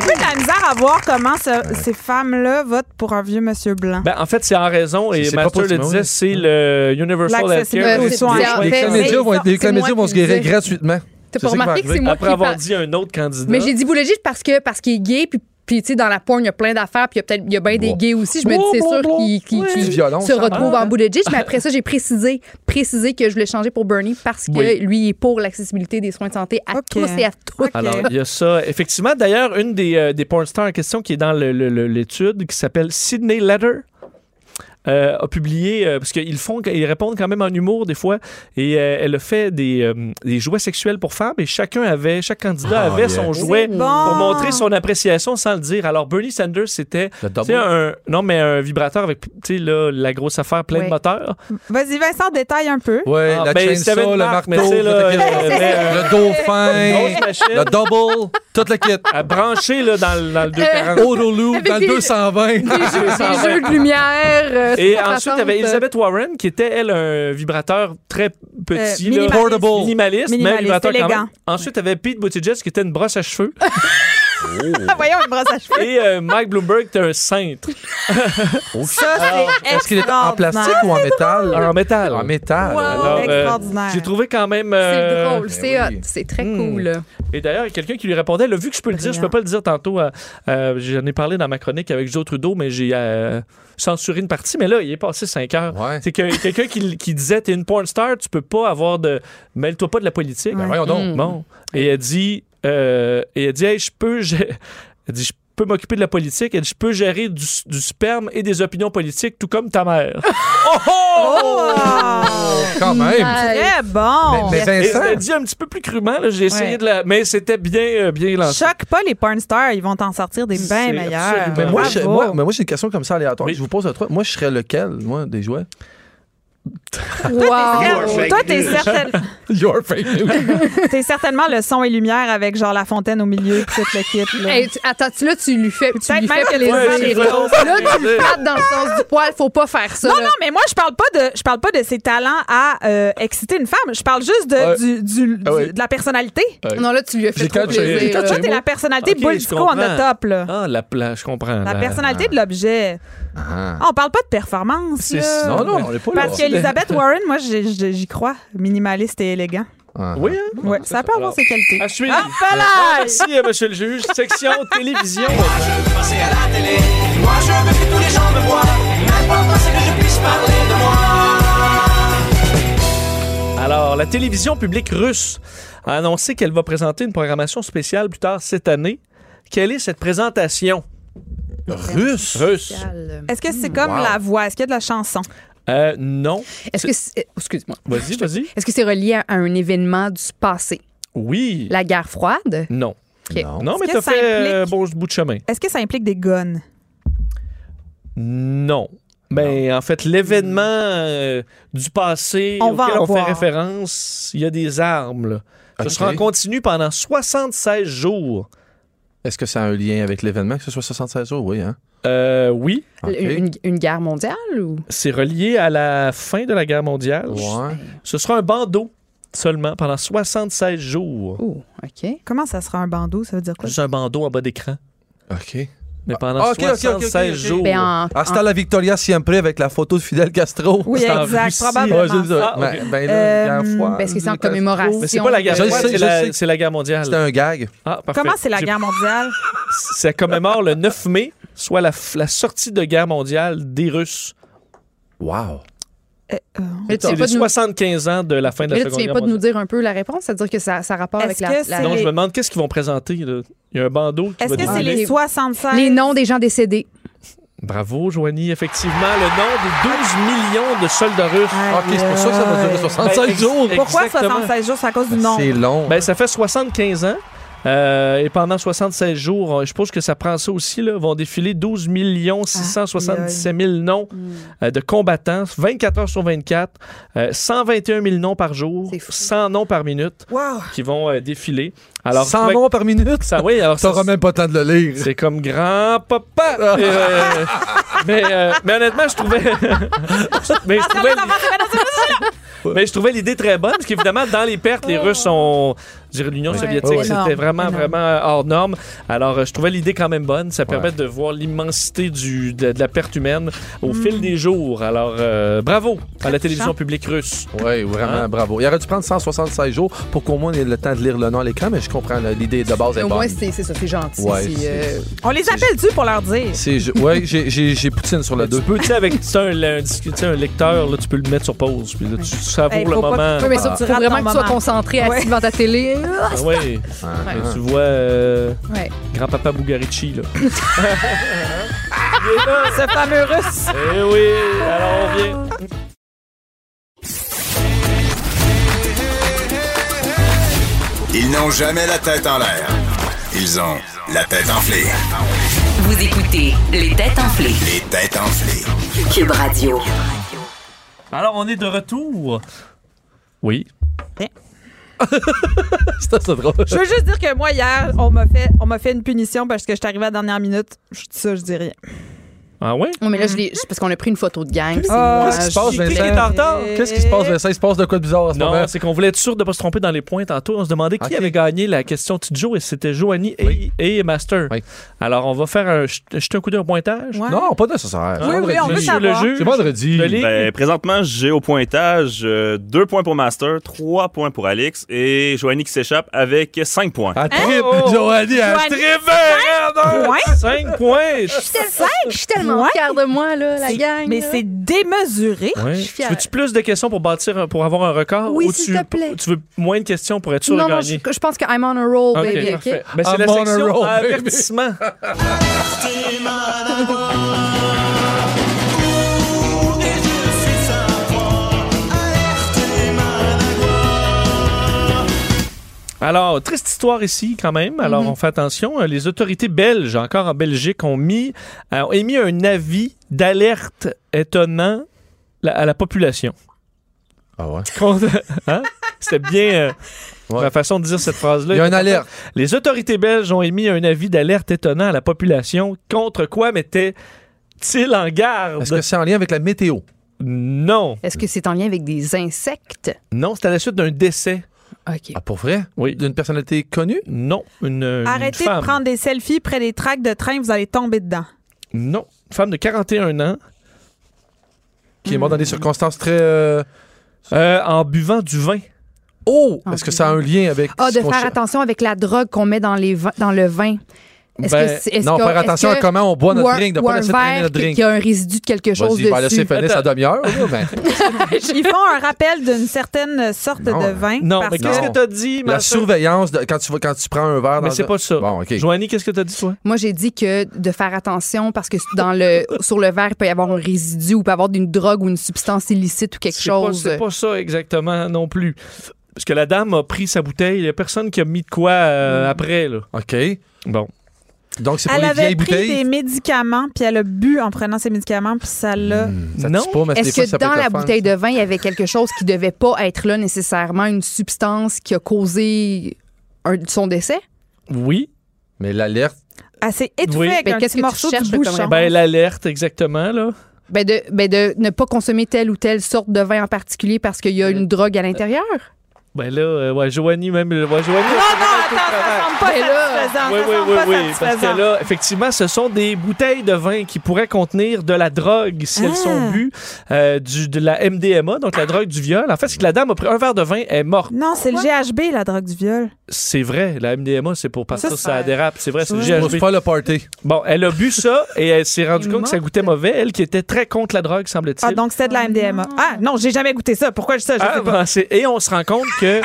Speaker 4: peu de la misère à voir comment ce- ces femmes-là votent pour un vieux monsieur blanc.
Speaker 3: Ben, en fait, c'est en raison, et
Speaker 5: c'est
Speaker 3: Master
Speaker 5: pas
Speaker 3: le
Speaker 5: possible,
Speaker 3: disait,
Speaker 5: oui.
Speaker 3: c'est le Universal
Speaker 4: L'accessibilité
Speaker 3: Healthcare.
Speaker 4: aux soins.
Speaker 3: Les
Speaker 4: Les
Speaker 5: Les
Speaker 3: Canadiens
Speaker 5: comédiens vont, être- les
Speaker 6: c'est moi
Speaker 5: comédiens vont
Speaker 6: qui
Speaker 5: se guérir
Speaker 6: disais.
Speaker 5: gratuitement.
Speaker 6: T'as pas remarqué que c'est moi
Speaker 3: Après
Speaker 6: qui
Speaker 3: avoir
Speaker 6: parle.
Speaker 3: dit un autre candidat.
Speaker 6: Mais j'ai dit Boule Gilles parce que parce qu'il est gay, puis puis tu sais, dans la porn, il y a plein d'affaires, puis il y a peut-être, il y a bien des gays aussi. Je me dis, c'est sûr qu'ils qu'ils- qu'ils
Speaker 5: Du violon,
Speaker 6: se
Speaker 5: ça,
Speaker 6: retrouvent
Speaker 5: hein?
Speaker 3: Ah.
Speaker 6: en bout de mais après ça, j'ai précisé, précisé que je voulais changer pour Bernie parce que
Speaker 3: Oui.
Speaker 6: lui, il est pour l'accessibilité des soins de santé à tous et à toutes.
Speaker 3: Alors, il y a ça. Effectivement, d'ailleurs, une des, euh, des porn stars en question qui est dans le- le- le- l'étude, qui s'appelle Sydney Letter. euh, a publié, euh, parce qu'ils font, ils répondent quand même en humour des fois, et euh, elle a fait des, euh, des jouets sexuels pour femmes, et chacun avait, chaque candidat
Speaker 5: Ah,
Speaker 3: avait
Speaker 5: yeah.
Speaker 3: son jouet
Speaker 4: C'est bon.
Speaker 3: pour montrer son appréciation sans le dire. Alors Bernie Sanders, c'était
Speaker 5: Le
Speaker 3: tu sais, un, non, mais un vibrateur avec tu sais, là, la grosse affaire plein
Speaker 4: Ouais.
Speaker 3: de moteurs.
Speaker 4: Vas-y, Vincent, détaille un peu.
Speaker 5: Ouais,
Speaker 3: Ah,
Speaker 5: la
Speaker 3: ben,
Speaker 5: chainsaw,
Speaker 3: c'était une
Speaker 5: le
Speaker 3: marque, mais
Speaker 5: marteau,
Speaker 3: c'est, là,
Speaker 5: toute la kit.
Speaker 3: euh, mais, euh,
Speaker 5: le dauphin,
Speaker 3: grosse machine.
Speaker 5: le double, toute la kit.
Speaker 3: À brancher là, dans, le- dans le
Speaker 5: Euh,
Speaker 3: 240.
Speaker 5: Odolou,
Speaker 6: avec
Speaker 5: dans le
Speaker 6: des-
Speaker 5: 220.
Speaker 6: Des jeux, des jeux de lumière. euh,
Speaker 3: Et
Speaker 6: ça
Speaker 3: ensuite, il y avait
Speaker 6: ressemble.
Speaker 3: Elizabeth Warren, qui était, elle, un vibrateur très petit,
Speaker 4: Euh,
Speaker 3: là.
Speaker 4: minimaliste.
Speaker 5: Portable.
Speaker 3: minimaliste, mais
Speaker 4: Minimaliste,
Speaker 3: vibrateur quand
Speaker 4: élégant.
Speaker 3: même. Ensuite, il y avait Pete Buttigieg, qui était une brosse à cheveux.
Speaker 4: Voyons une brosse à cheveux.
Speaker 3: et euh, Mike Bloomberg, qui était un cintre
Speaker 4: Ça, c'est
Speaker 5: Oh, Est-ce qu'il était en plastique ou en métal?
Speaker 3: en métal.
Speaker 5: En métal.
Speaker 3: Alors, euh,
Speaker 4: Oh, Extraordinaire.
Speaker 3: j'ai trouvé quand même...
Speaker 6: C'est
Speaker 3: euh, Hmm.
Speaker 6: drôle, c'est
Speaker 5: oui.
Speaker 6: hot, c'est très cool.
Speaker 3: Et d'ailleurs, il y a quelqu'un qui lui répondait, là, vu que je peux le dire, je peux pas le dire tantôt. à- à- J'en ai parlé dans ma chronique avec Joe Trudeau, mais j'ai euh, censuré une partie. Mais là, il est passé 5 heures.
Speaker 5: Ouais.
Speaker 3: C'est que quelqu'un qui, qui disait T'es une porn star, tu peux pas avoir de. Mêle-toi pas de la politique.
Speaker 5: Ben voyons
Speaker 4: Mm-hmm.
Speaker 5: donc.
Speaker 3: Bon. Et elle dit, euh, et elle dit Hey, je peux. je- Elle dit Je peux m'occuper de la politique. Elle dit Je peux gérer du, du sperme et des opinions politiques, tout comme ta mère. Oh,
Speaker 5: Quand même.
Speaker 6: Nice.
Speaker 4: Oh! Très bon.
Speaker 5: Oh! Mais
Speaker 3: et elle
Speaker 5: Vincent,
Speaker 3: dit un petit peu plus crûment. là, J'ai essayé
Speaker 4: Ouais.
Speaker 3: de la. Mais c'était bien, euh, bien lancé.
Speaker 4: Choque pas les porn stars, ils vont t'en sortir des
Speaker 3: C'est
Speaker 4: bien meilleurs.
Speaker 3: absolument-
Speaker 5: mais moi, je-
Speaker 4: Bravo.
Speaker 5: moi, mais moi, j'ai une question comme ça aléatoire.
Speaker 3: Oui.
Speaker 5: Je vous pose à trois. Moi, je serais lequel, moi, des jouets?
Speaker 6: Wow.
Speaker 4: Bravo. Ah, oh, Toi, t'es certain-
Speaker 5: Your fake news.
Speaker 4: t'es certainement le son et lumière avec genre la fontaine au milieu de toute l'équipe. là.
Speaker 6: Hey, tu- attends, tu- là, tu lui fais, tu
Speaker 4: Peut-être
Speaker 6: lui
Speaker 4: même
Speaker 6: fais
Speaker 4: que les
Speaker 6: plaisir.
Speaker 4: hommes,
Speaker 3: les
Speaker 6: là, tu le frappes dans le sens du poil. Faut pas faire ça.
Speaker 4: Non,
Speaker 6: là.
Speaker 4: non, mais moi, je parle pas de, je parle pas de ses talents à euh, exciter une femme. Je parle juste de,
Speaker 5: Ouais.
Speaker 4: du, du-
Speaker 5: Ah
Speaker 4: du-
Speaker 5: ouais.
Speaker 4: de la personnalité.
Speaker 5: Ouais.
Speaker 6: Non, là, tu lui as
Speaker 5: J'ai
Speaker 6: fait trop
Speaker 5: catché. J'ai
Speaker 6: plaisir.
Speaker 5: catché.
Speaker 6: là.
Speaker 4: Toi, t'es la personnalité
Speaker 3: Ok,
Speaker 4: boule
Speaker 3: je
Speaker 4: du coup en
Speaker 3: comprends.
Speaker 4: the top, là.
Speaker 3: Ah, la, la- je comprends.
Speaker 4: La
Speaker 3: là.
Speaker 4: personnalité de l'objet. Ah, on parle pas de performance,
Speaker 3: C'est-
Speaker 4: là.
Speaker 5: Non, non, on n'est pas là.
Speaker 4: Parce qu'Elizabeth Warren, moi, j'ai- j'ai- j'y crois. Minimaliste et élégant.
Speaker 5: Ah.
Speaker 3: Oui, hein?
Speaker 4: Ouais, ça peut avoir
Speaker 3: Alors,
Speaker 4: ses qualités.
Speaker 3: À suivre.
Speaker 4: Hop Ah. là!
Speaker 3: Merci, euh, monsieur le juge. Section télévision.
Speaker 8: passer à la télé. Moi je veux que tous les gens me voient. L'important c'est que je puisse parler de moi.
Speaker 3: Alors, la télévision publique russe a annoncé qu'elle va présenter une programmation spéciale plus tard cette année. Quelle est cette présentation
Speaker 5: Russe?
Speaker 3: russe?
Speaker 4: Est-ce que c'est comme
Speaker 5: wow.
Speaker 4: la voix? Est-ce qu'il y a de la chanson?
Speaker 3: Euh, non.
Speaker 6: Est-ce que c'est- oh, excuse-moi.
Speaker 3: Vas-y, vas-y.
Speaker 6: Est-ce que c'est relié à un événement du passé,
Speaker 3: Oui.
Speaker 6: la guerre froide
Speaker 3: Non.
Speaker 6: Ok.
Speaker 3: Non, mais
Speaker 4: que
Speaker 3: t'as
Speaker 4: ça
Speaker 3: fait
Speaker 4: implique-
Speaker 3: euh, bon bout de chemin.
Speaker 4: Est-ce que ça implique des guns?
Speaker 3: Non. Mais en fait, l'événement euh, du passé
Speaker 4: On va
Speaker 3: auquel
Speaker 4: en
Speaker 3: on fait
Speaker 4: voir.
Speaker 3: référence, il y a des armes. là. Ce
Speaker 5: Ok.
Speaker 3: sera en continu pendant 76 jours.
Speaker 5: Est-ce que ça a un lien avec l'événement, que ce soit 76 jours? Oui, hein?
Speaker 3: Euh, oui,
Speaker 5: Ok.
Speaker 6: Une, une guerre mondiale ou
Speaker 3: c'est relié à la fin de la guerre mondiale.
Speaker 5: Ouais.
Speaker 3: Ce sera un bandeau seulement pendant 76 jours.
Speaker 6: Oh, ok.
Speaker 4: Comment ça sera un bandeau? Ça veut dire quoi?
Speaker 3: Juste un bandeau en bas d'écran.
Speaker 5: OK.
Speaker 3: Mais pendant
Speaker 5: Ah, ok, ok, ok, ok,
Speaker 3: 76
Speaker 5: ok.
Speaker 3: jours.
Speaker 6: Ben, en-
Speaker 3: Ah,
Speaker 5: Hasta
Speaker 6: en-
Speaker 5: Ah, la Victoria siempre avec la photo de Fidel Castro.
Speaker 4: Oui,
Speaker 3: C'est en
Speaker 4: exact.
Speaker 3: Russie.
Speaker 5: Ouais,
Speaker 4: Probablement.
Speaker 5: c'est ça.
Speaker 3: Ah,
Speaker 5: Ben,
Speaker 3: ok.
Speaker 5: ben là,
Speaker 4: Euh,
Speaker 5: la
Speaker 6: ben,
Speaker 5: fois.
Speaker 6: Est-ce que c'est en commémoration
Speaker 3: Mais c'est pas la guerre
Speaker 5: Je
Speaker 3: mondiale,
Speaker 5: sais,
Speaker 3: c'est
Speaker 5: je
Speaker 3: la,
Speaker 5: sais.
Speaker 3: c'est la guerre mondiale.
Speaker 5: C'était un gag.
Speaker 3: Ah, parfait.
Speaker 4: Comment c'est la
Speaker 3: J'ai-
Speaker 4: guerre mondiale?
Speaker 3: Ça commémore le 9 mai, soit la, f- la sortie de guerre mondiale des Russes.
Speaker 5: Wow.
Speaker 6: Mais tu
Speaker 3: C'est les
Speaker 6: viens pas de nous-
Speaker 3: 75 ans de la fin de
Speaker 6: mais
Speaker 3: la
Speaker 6: là, tu
Speaker 3: Seconde
Speaker 6: viens
Speaker 3: Guerre
Speaker 6: pas de nous
Speaker 3: mondiale.
Speaker 6: dire un peu la réponse, c'est-à-dire que ça, ça rapporte avec
Speaker 4: Est-ce
Speaker 6: la,
Speaker 4: que
Speaker 6: la-
Speaker 4: c'est-
Speaker 3: Non, je
Speaker 4: les-
Speaker 3: me demande qu'est-ce qu'ils vont présenter. là. Il y a un bandeau qui
Speaker 4: Est-ce
Speaker 3: va
Speaker 4: que c'est
Speaker 3: défiler.
Speaker 4: les 76?
Speaker 6: les noms des gens décédés.
Speaker 3: Bravo, Joanie. Effectivement, le nom des 12 millions de soldats russes.
Speaker 4: Aïe,
Speaker 5: Ah, OK, c'est pour ça que ça va durer
Speaker 4: aïe.
Speaker 5: 76
Speaker 3: Ben, ex-
Speaker 5: jours.
Speaker 3: ex-
Speaker 4: Pourquoi
Speaker 3: Exactement.
Speaker 4: 76 jours? C'est à cause du nombre.
Speaker 5: C'est long.
Speaker 3: Ben, ça fait 75 ans. Euh, et pendant 76 jours, euh, je suppose que ça prend ça aussi, là, vont défiler 12 677 000 noms euh, de combattants, 24 heures sur 24, euh, 121 000 noms par jour, 100 noms par minute qui vont euh, défiler. Alors,
Speaker 5: 100
Speaker 3: ouais,
Speaker 5: noms par minute?
Speaker 3: Ça, oui, alors ça-
Speaker 5: T'auras même pas le temps de le lire.
Speaker 3: C'est comme grand-papa. euh, mais, euh, mais honnêtement, je trouvais. mais je trouvais. Mais je trouvais l'idée très bonne, parce qu'évidemment, dans les pertes, les Russes ont. je dirais, L'Union
Speaker 7: Ouais.
Speaker 3: soviétique,
Speaker 7: Ouais, ouais.
Speaker 3: c'était
Speaker 7: Énorme,
Speaker 3: vraiment,
Speaker 7: énorme.
Speaker 3: vraiment euh, hors norme. Alors, euh, je trouvais l'idée quand même bonne. Ça permet de voir l'immensité du- de, de la perte humaine au fil des jours. Alors, euh, bravo à la télévision
Speaker 5: touchant.
Speaker 3: publique russe.
Speaker 5: Oui, vraiment,
Speaker 3: Hein?
Speaker 5: bravo. Il aurait dû prendre 176 jours pour qu'au moins on ait le temps de lire le nom à l'écran, mais je comprends là, l'idée de base est
Speaker 6: Au
Speaker 5: bonne.
Speaker 6: moins, c'est c'est ça, c'est gentil.
Speaker 5: Ouais,
Speaker 6: c'est,
Speaker 5: c'est-
Speaker 6: euh,
Speaker 4: On les appelle-tu pour leur dire?
Speaker 5: C'est- je- ouais, j'ai- j'ai j'ai Poutine sur le 2.
Speaker 3: Tu peux, tu sais, avec tu sais, un, un dis- tu sais, un lecteur, là, tu peux le mettre sur pause. Puis là, tu savoures
Speaker 6: Hey,
Speaker 3: le
Speaker 6: faut pas-
Speaker 3: moment.
Speaker 6: Oui, mais ça, faut
Speaker 4: rates
Speaker 6: vraiment
Speaker 4: ton
Speaker 6: que tu sois
Speaker 4: moment.
Speaker 6: concentré assis
Speaker 4: Ouais.
Speaker 6: devant ta télé.
Speaker 3: Ah oui.
Speaker 6: Ouais.
Speaker 3: Mais Tu vois euh,
Speaker 6: Ouais.
Speaker 3: grand-papa Bugarici, là. Il est là.
Speaker 4: Ce fameux russe.
Speaker 3: Eh oui, alors on vient.
Speaker 2: Ils n'ont jamais la tête en l'air. Ils ont la tête enflée.
Speaker 1: Vous écoutez Les têtes enflées.
Speaker 2: Les têtes enflées.
Speaker 1: Cube Radio.
Speaker 3: Alors, on est de retour. Oui.
Speaker 6: Eh.
Speaker 5: C'était ça drôle.
Speaker 4: Je veux juste dire que moi, hier, on m'a fait, on m'a fait une punition parce que je suis arrivée à la dernière minute. Je dis ça, je dis rien.
Speaker 3: Ah ouais?
Speaker 6: Oh, mais là, je l'ai- c'est parce qu'on a pris une photo de gang. c'est
Speaker 3: Ah,
Speaker 6: moi,
Speaker 5: Qu'est-ce qui se passe,
Speaker 6: je-
Speaker 5: Vincent? Qu'est-ce qui se passe, Vincent? Il se passe de quoi de bizarre en ce
Speaker 3: Non,
Speaker 5: moment?
Speaker 3: c'est qu'on voulait être sûr de ne pas se tromper dans les points tantôt. On se demandait qui
Speaker 5: Ok.
Speaker 3: avait gagné la question de Joe et c'était Joanie et, et Master. Alors, on va faire un. jet- jeter un coup d'un pointage.
Speaker 4: Ouais.
Speaker 5: Non, pas nécessaire.
Speaker 4: Oui, oui, on veut
Speaker 3: Monsieur le
Speaker 4: savoir.
Speaker 3: juge.
Speaker 5: C'est vendredi.
Speaker 3: Le ligue.
Speaker 7: Ben, présentement, j'ai au pointage 2 points pour Master, 3 points pour Alex et Joanie qui s'échappe avec 5 points.
Speaker 6: Hein?
Speaker 5: À
Speaker 6: Oh,
Speaker 5: trip, Joanie, à
Speaker 4: Joanie.
Speaker 5: trip. hein.
Speaker 4: Points?
Speaker 3: 5 points!
Speaker 6: Cinq, Je suis tellement
Speaker 4: Ouais.
Speaker 6: fière de moi, là, la gang.
Speaker 4: Mais
Speaker 6: là.
Speaker 4: c'est démesuré.
Speaker 3: Ouais.
Speaker 6: suis fière.
Speaker 3: Veux-tu plus de questions pour bâtir un- pour avoir un record?
Speaker 6: Oui,
Speaker 3: ou
Speaker 6: s'il
Speaker 3: tu,
Speaker 6: te plaît.
Speaker 3: tu veux moins de questions pour être sûr
Speaker 6: Non,
Speaker 3: de
Speaker 6: non,
Speaker 3: gagner?
Speaker 6: je, je pense que I'm on a roll,
Speaker 3: Ok,
Speaker 6: Oh, baby, OK?
Speaker 3: parfait. Ben, c'est
Speaker 5: I'm
Speaker 3: la
Speaker 5: on a
Speaker 3: section
Speaker 5: roll, baby.
Speaker 3: avertissement. Alors, triste histoire ici quand même. Alors,
Speaker 6: Mhm.
Speaker 3: on fait attention. Euh, Les autorités belges, encore en Belgique, ont mis, euh, ont émis un avis d'alerte étonnant la- à la population.
Speaker 5: Ah ouais?
Speaker 3: Contre- hein? C'était bien euh,
Speaker 5: Ouais.
Speaker 3: la façon de dire cette phrase-là.
Speaker 5: Il y a une alerte.
Speaker 3: Les autorités belges ont émis un avis d'alerte étonnant à la population. Contre quoi mettaient-ils en garde?
Speaker 5: Est-ce que c'est en lien avec la météo?
Speaker 3: Non.
Speaker 6: Est-ce que c'est en lien avec des insectes?
Speaker 3: Non, c'était à la suite d'un décès.
Speaker 6: OK.
Speaker 5: Ah, pour vrai?
Speaker 3: Oui.
Speaker 5: D'une personnalité connue?
Speaker 3: Non. Une, une
Speaker 4: Arrêtez
Speaker 3: femme.
Speaker 4: de prendre des selfies près des tracts de train, vous allez tomber dedans.
Speaker 3: Non. Une femme de 41 ans
Speaker 5: Qui est
Speaker 6: Hmm.
Speaker 5: mort dans des circonstances très. euh,
Speaker 3: euh, en buvant du vin.
Speaker 5: Oh!
Speaker 4: Ah
Speaker 6: En
Speaker 5: Est-ce que ça a un lien avec.
Speaker 6: Ah,
Speaker 5: ce
Speaker 6: de
Speaker 5: qu'on
Speaker 6: faire
Speaker 5: cher-
Speaker 6: attention avec la drogue qu'on met dans, les, vi- dans le vin. Est-ce
Speaker 3: Ben,
Speaker 6: que c'est- est-ce
Speaker 5: Non,
Speaker 6: que-
Speaker 5: faire
Speaker 6: est-ce
Speaker 5: attention à
Speaker 6: que-
Speaker 5: comment on boit
Speaker 6: ou
Speaker 5: notre
Speaker 6: un-
Speaker 5: drink, de
Speaker 6: ou
Speaker 5: pas
Speaker 6: un
Speaker 5: laisser traîner
Speaker 6: verre
Speaker 5: notre
Speaker 6: qui-
Speaker 5: drink.
Speaker 6: Qui a un résidu de quelque chose
Speaker 5: Vas-y, va laisser
Speaker 6: dessus.
Speaker 5: finir sa
Speaker 3: Attends.
Speaker 5: demi-heure. là, ben.
Speaker 4: Ils font un rappel d'une certaine sorte
Speaker 5: Non,
Speaker 4: de vin.
Speaker 3: Non,
Speaker 4: parce
Speaker 3: mais qu'est-ce que t'as dit, ma
Speaker 5: La surveillance, de- quand, tu, vas- quand tu prends un verre dans
Speaker 3: Mais c'est
Speaker 5: un-
Speaker 3: pas ça.
Speaker 5: Bon, OK.
Speaker 3: Joanie, qu'est-ce que t'as dit, toi?
Speaker 6: Moi, j'ai dit que de faire attention parce que dans le, sur le verre, il peut y avoir un résidu ou il peut y avoir une drogue ou une substance illicite ou quelque
Speaker 3: C'est pas-
Speaker 6: chose.
Speaker 3: C'est pas, ça exactement non plus. Parce que la dame a pris sa bouteille, il n'y a personne qui a mis de quoi
Speaker 4: Mm.
Speaker 3: euh, après. Là.
Speaker 5: OK.
Speaker 3: Bon.
Speaker 5: Donc, c'est pour
Speaker 4: Elle
Speaker 5: les
Speaker 4: avait
Speaker 5: vieilles
Speaker 4: pris
Speaker 5: bouteilles.
Speaker 4: des médicaments, puis elle a bu en prenant ses médicaments, puis ça
Speaker 3: Hmm.
Speaker 4: l'a.
Speaker 5: Ça
Speaker 3: Non.
Speaker 5: tue pas, mais des
Speaker 6: Est-ce
Speaker 5: fois,
Speaker 6: que
Speaker 5: ça peut
Speaker 6: dans
Speaker 5: être
Speaker 6: la
Speaker 5: le fun,
Speaker 6: bouteille
Speaker 5: ça.
Speaker 6: de vin, il y avait quelque chose qui devait pas être là nécessairement, une substance qui a causé un- son décès?
Speaker 3: Oui.
Speaker 5: Mais l'alerte.
Speaker 4: Elle s'est étouffée
Speaker 3: Oui.
Speaker 4: avec
Speaker 6: Mais
Speaker 4: un
Speaker 6: qu'est-ce
Speaker 4: petit
Speaker 6: que tu
Speaker 4: morceau
Speaker 6: cherches,
Speaker 4: de
Speaker 6: là, comme
Speaker 4: bouchon.
Speaker 3: Ben, l'alerte, exactement. Là.
Speaker 6: Ben de, ben de ne pas consommer telle ou telle sorte de vin en particulier parce qu'il y a une drogue à l'intérieur?
Speaker 3: Ben là, euh, ouais, Joanie, même. euh, Ouais, Joanie,
Speaker 4: non, non, attends, ça semble pas
Speaker 6: Mais là-
Speaker 4: satisfaisant.
Speaker 3: oui,
Speaker 4: ça
Speaker 3: oui,
Speaker 4: semble
Speaker 3: oui,
Speaker 4: pas
Speaker 3: oui. Parce
Speaker 4: satisfaisant.
Speaker 3: que là, effectivement, ce sont des bouteilles de vin qui pourraient contenir de la drogue si elles sont
Speaker 4: Ah.
Speaker 3: bues, euh, du, de la MDMA, donc la drogue du viol. En fait, c'est que la dame a pris un verre de vin, elle est morte.
Speaker 4: Non, c'est le GHB, la drogue du viol.
Speaker 3: C'est vrai, la MDMA, c'est pour partir, ça,
Speaker 4: Ça,
Speaker 3: ça dérape. C'est vrai, c'est le
Speaker 4: Ouais.
Speaker 5: Pour
Speaker 3: GHB.
Speaker 5: faire le party.
Speaker 3: Bon, elle a bu ça et elle s'est rendue
Speaker 6: Elle est
Speaker 3: compte que ça
Speaker 6: morte.
Speaker 3: goûtait mauvais. Elle qui était très contre la drogue, semble-t-il.
Speaker 4: Ah, donc c'était de la MDMA. Ah, non, j'ai jamais goûté ça. Pourquoi je sais ça? Je
Speaker 3: Ah,
Speaker 4: sais
Speaker 5: bah.
Speaker 4: pas.
Speaker 3: ben, c'est- et on se rend compte que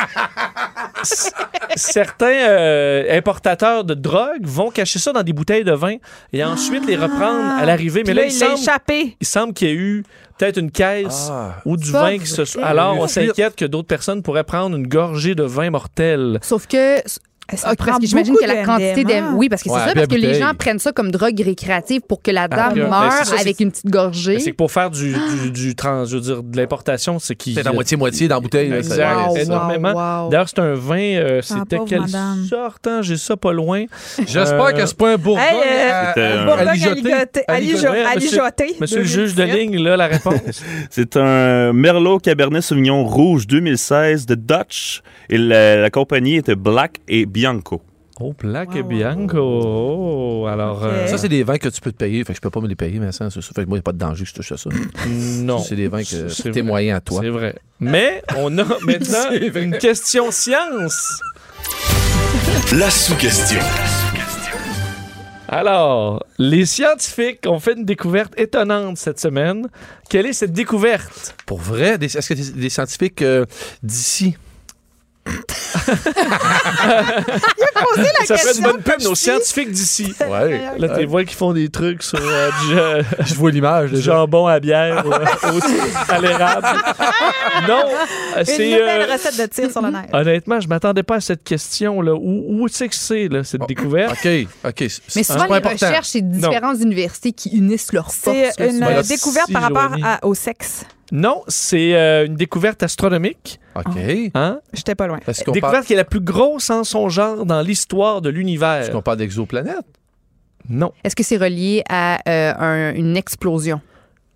Speaker 3: c- certains euh, importateurs de drogue vont cacher ça dans des bouteilles de vin et ensuite les reprendre à l'arrivée. Mais
Speaker 4: Puis
Speaker 3: là,
Speaker 4: là,
Speaker 3: il,
Speaker 4: il l'a
Speaker 3: semble,
Speaker 4: échappé.
Speaker 3: il semble qu'il y ait eu peut-être une caisse
Speaker 5: Ah.
Speaker 3: ou du
Speaker 6: Ça,
Speaker 3: vin qui se soit. Alors, on
Speaker 5: Flûte.
Speaker 3: s'inquiète que d'autres personnes pourraient prendre une gorgée de vin mortel.
Speaker 6: Sauf que s- Ah,
Speaker 4: prend
Speaker 6: parce que j'imagine
Speaker 4: beaucoup
Speaker 6: que la
Speaker 4: de
Speaker 6: quantité
Speaker 4: MDMA.
Speaker 6: de oui parce que
Speaker 3: Ouais,
Speaker 6: c'est ça
Speaker 3: puis à
Speaker 6: parce que les
Speaker 3: bouteille.
Speaker 6: gens prennent ça comme drogue récréative pour que la dame
Speaker 3: Ah, ben,
Speaker 6: meure
Speaker 3: c'est ça, c'est-
Speaker 6: avec une petite
Speaker 3: Mais C'est
Speaker 6: gorgée.
Speaker 3: que pour faire du, du, du trans, je veux dire, de l'importation, c'est qui.
Speaker 5: C'est à moitié-moitié dans la bouteille, là, ça-
Speaker 3: Exact,
Speaker 5: Wow, wow,
Speaker 3: énormément.
Speaker 5: wow.
Speaker 3: D'ailleurs, c'est un vin, euh, c'était
Speaker 5: pauvre
Speaker 3: quelle
Speaker 5: madame.
Speaker 3: sorte, hein? J'ai ça pas loin.
Speaker 5: J'espère que c'est pas un bourgogne
Speaker 4: Hey, euh,
Speaker 5: à-
Speaker 7: C'était un-
Speaker 4: Bourgogne
Speaker 5: aligoté.
Speaker 4: aligoté- aligo-
Speaker 3: Ouais, monsieur-
Speaker 4: aligoté,
Speaker 3: Monsieur le juge de
Speaker 4: 2017.
Speaker 3: ligne, là, la réponse.
Speaker 7: C'est un Merlot Cabernet Sauvignon Rouge 2016 de Dutch. Et la, la compagnie était Black et Bianco.
Speaker 3: Oh, Black et Bianco. Oh, alors. euh,
Speaker 5: Ça, c'est des vins que tu peux te payer. Fait que je peux pas me les payer, mais ça, c'est ça. Fait que moi, il n'y a pas de danger que je touche à ça.
Speaker 3: Non.
Speaker 5: Ça, C'est des vins que
Speaker 3: C'est
Speaker 5: c'est
Speaker 3: vrai.
Speaker 5: tes moyens à toi.
Speaker 3: C'est vrai. Mais on a maintenant une question science.
Speaker 2: La sous-question.
Speaker 3: Alors, les scientifiques ont fait une découverte étonnante cette semaine. Quelle est cette découverte?
Speaker 5: Pour vrai, des- est-ce que des, des scientifiques euh, d'ici.
Speaker 3: Ça fait une bonne pub, nos scientifiques d'ici.
Speaker 5: Ouais.
Speaker 3: Là, tu vois qu'ils font des trucs sur euh, du, euh,
Speaker 5: Je vois l'image.
Speaker 3: du jambon à bière ou, euh, au- à l'érable. Non, euh,
Speaker 4: Une
Speaker 3: c'est...
Speaker 4: nouvelle
Speaker 3: euh,
Speaker 4: recette de tir sur le nerf.
Speaker 3: Honnêtement, je m'attendais pas à cette question. Là. Où, où c'est que c'est, là, cette découverte?
Speaker 5: OK, OK.
Speaker 6: Mais souvent, les recherches, c'est différentes universités qui unissent leurs forces.
Speaker 4: C'est
Speaker 6: là,
Speaker 4: une
Speaker 6: souvent.
Speaker 3: là,
Speaker 4: découverte
Speaker 3: si,
Speaker 4: par rapport
Speaker 3: Joanie.
Speaker 4: à- au sexe.
Speaker 3: Non, c'est euh, une découverte astronomique.
Speaker 5: OK.
Speaker 3: Hein?
Speaker 4: J'étais pas loin.
Speaker 5: Parce qu'on
Speaker 3: Découverte
Speaker 5: parle,
Speaker 3: qui est la plus grosse en son genre dans l'histoire de l'univers.
Speaker 5: parce qu'on parle d'exoplanètes.
Speaker 3: Non.
Speaker 6: Est-ce que c'est relié à euh, un- une explosion?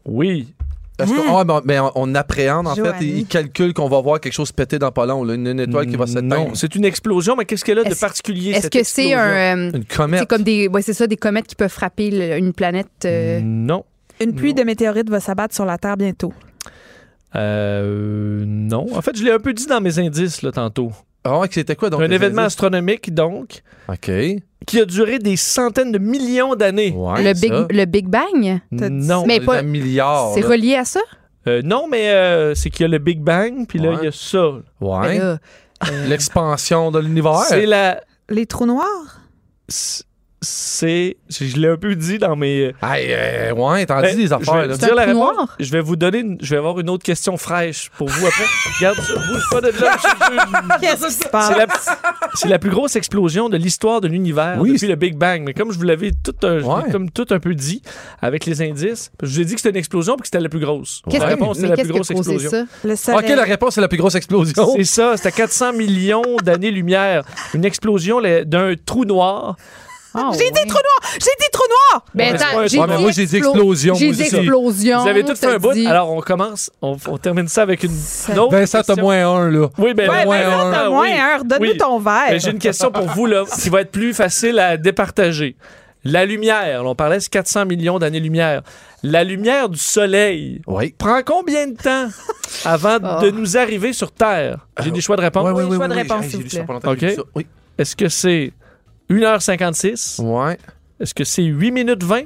Speaker 3: Oui.
Speaker 5: Parce que- ah, mais on- mais on, on appréhende, en fait,
Speaker 4: Joanie.
Speaker 5: ils calculent qu'on va voir quelque chose péter dans pas long, là, une, une étoile qui va s'éteindre.
Speaker 3: Non, c'est une explosion, mais qu'est-ce qu'elle a de
Speaker 6: Est-ce-
Speaker 3: particulier,
Speaker 6: Est-ce
Speaker 3: cette
Speaker 6: que c'est
Speaker 3: explosion?
Speaker 6: un. euh,
Speaker 5: Une
Speaker 6: c'est
Speaker 5: comète.
Speaker 6: comme des. Ouais, c'est ça, des comètes qui peuvent frapper le- une planète. euh,
Speaker 5: Mm,
Speaker 3: Non.
Speaker 4: Une pluie de météorites va s'abattre sur la Terre bientôt.
Speaker 3: Euh, non. En fait, je l'ai un peu dit dans mes indices, là, tantôt.
Speaker 5: Ah, ouais, que c'était quoi, donc?
Speaker 3: un
Speaker 5: les
Speaker 3: événement
Speaker 5: indices?
Speaker 3: astronomique, donc,
Speaker 5: OK.
Speaker 3: qui a duré des centaines de millions d'années.
Speaker 5: Ouais,
Speaker 6: le,
Speaker 5: ça.
Speaker 6: big, le Big Bang?
Speaker 4: T'as dit
Speaker 3: Non.
Speaker 6: Mais
Speaker 5: On est
Speaker 6: pas-
Speaker 5: à milliards.
Speaker 6: C'est
Speaker 5: là.
Speaker 6: relié à ça?
Speaker 3: Euh, non, mais euh, c'est qu'il y a le Big Bang, puis là,
Speaker 5: Ouais.
Speaker 3: il y a ça.
Speaker 5: Ouais.
Speaker 6: Ben là,
Speaker 5: L'expansion de l'univers.
Speaker 3: C'est la...
Speaker 4: Les trous noirs?
Speaker 3: c- C'est... Je je l'ai un peu dit dans mes...
Speaker 5: Hey, euh, ouais, t'en
Speaker 3: Ben,
Speaker 5: dis des
Speaker 3: je
Speaker 5: affaires,
Speaker 3: vais
Speaker 5: là.
Speaker 3: vous dire la
Speaker 6: C'est un trou
Speaker 3: réponse.
Speaker 6: noir?
Speaker 3: Je vais vous donner... une- Je vais avoir une autre question fraîche pour vous après. Regarde ça. Bouge pas de là, monsieur le juge.
Speaker 4: Qu'est-ce qui se
Speaker 3: C'est
Speaker 4: passe?
Speaker 3: la, c'est la plus grosse explosion de l'histoire de l'univers
Speaker 5: Oui,
Speaker 3: depuis
Speaker 5: c'est-
Speaker 3: le Big Bang. Mais comme je vous l'avais tout, un, je
Speaker 5: Ouais.
Speaker 3: l'ai comme tout un peu dit avec les indices, je vous ai dit que c'était une explosion puis que c'était la plus grosse.
Speaker 6: qu'est-ce
Speaker 3: La
Speaker 6: que-
Speaker 3: réponse, c'est
Speaker 6: mais
Speaker 3: la
Speaker 6: qu'est-ce
Speaker 3: plus
Speaker 6: qui a
Speaker 3: grosse
Speaker 6: causé
Speaker 3: explosion.
Speaker 6: ça?
Speaker 4: Le
Speaker 5: OK,
Speaker 4: soleil.
Speaker 5: la réponse, c'est la plus grosse explosion.
Speaker 3: C'est ça, c'était 400 millions d'années-lumière. Une explosion la- d'un trou noir. Ah,
Speaker 4: J'ai dit trous noirs! J'ai dit trous noirs!
Speaker 6: Ah, Ben, attends,
Speaker 3: Ouais,
Speaker 6: j'ai
Speaker 3: mais
Speaker 6: dit
Speaker 5: moi, j'ai dit
Speaker 6: explo-
Speaker 5: explosion,
Speaker 6: J'ai
Speaker 5: moi
Speaker 6: dit
Speaker 5: aussi.
Speaker 6: explosion.
Speaker 3: Vous avez tout fait
Speaker 6: t'as
Speaker 3: un bout.
Speaker 6: dit-
Speaker 3: Alors, on commence, on, on termine ça avec une, une autre
Speaker 5: Vincent, t'as
Speaker 3: question.
Speaker 5: moins un, là.
Speaker 3: Oui, ben,
Speaker 4: Ouais,
Speaker 5: moins
Speaker 4: ben,
Speaker 5: un.
Speaker 4: attends,
Speaker 3: oui.
Speaker 4: moins un. Redonne-nous
Speaker 3: Oui.
Speaker 4: ton verre.
Speaker 3: Ben, J'ai une question pour vous là, qui va être plus facile à départager. La lumière, là, on parlait de 400 millions d'années-lumière. La lumière du soleil
Speaker 5: Oui.
Speaker 3: prend combien de temps avant de nous arriver sur Terre? J'ai des choix de réponse.
Speaker 5: Oh. Ouais, ouais, ouais,
Speaker 4: choix de
Speaker 5: ouais,
Speaker 4: réponse,
Speaker 5: j'ai-
Speaker 4: s'il vous
Speaker 5: j'ai lu ça
Speaker 4: plaît.
Speaker 5: pendant longtemps, j'ai lu
Speaker 3: OK.
Speaker 5: ça. Oui.
Speaker 3: Est-ce que c'est 1h56?
Speaker 5: Ouais.
Speaker 3: Est-ce que c'est 8 minutes 20?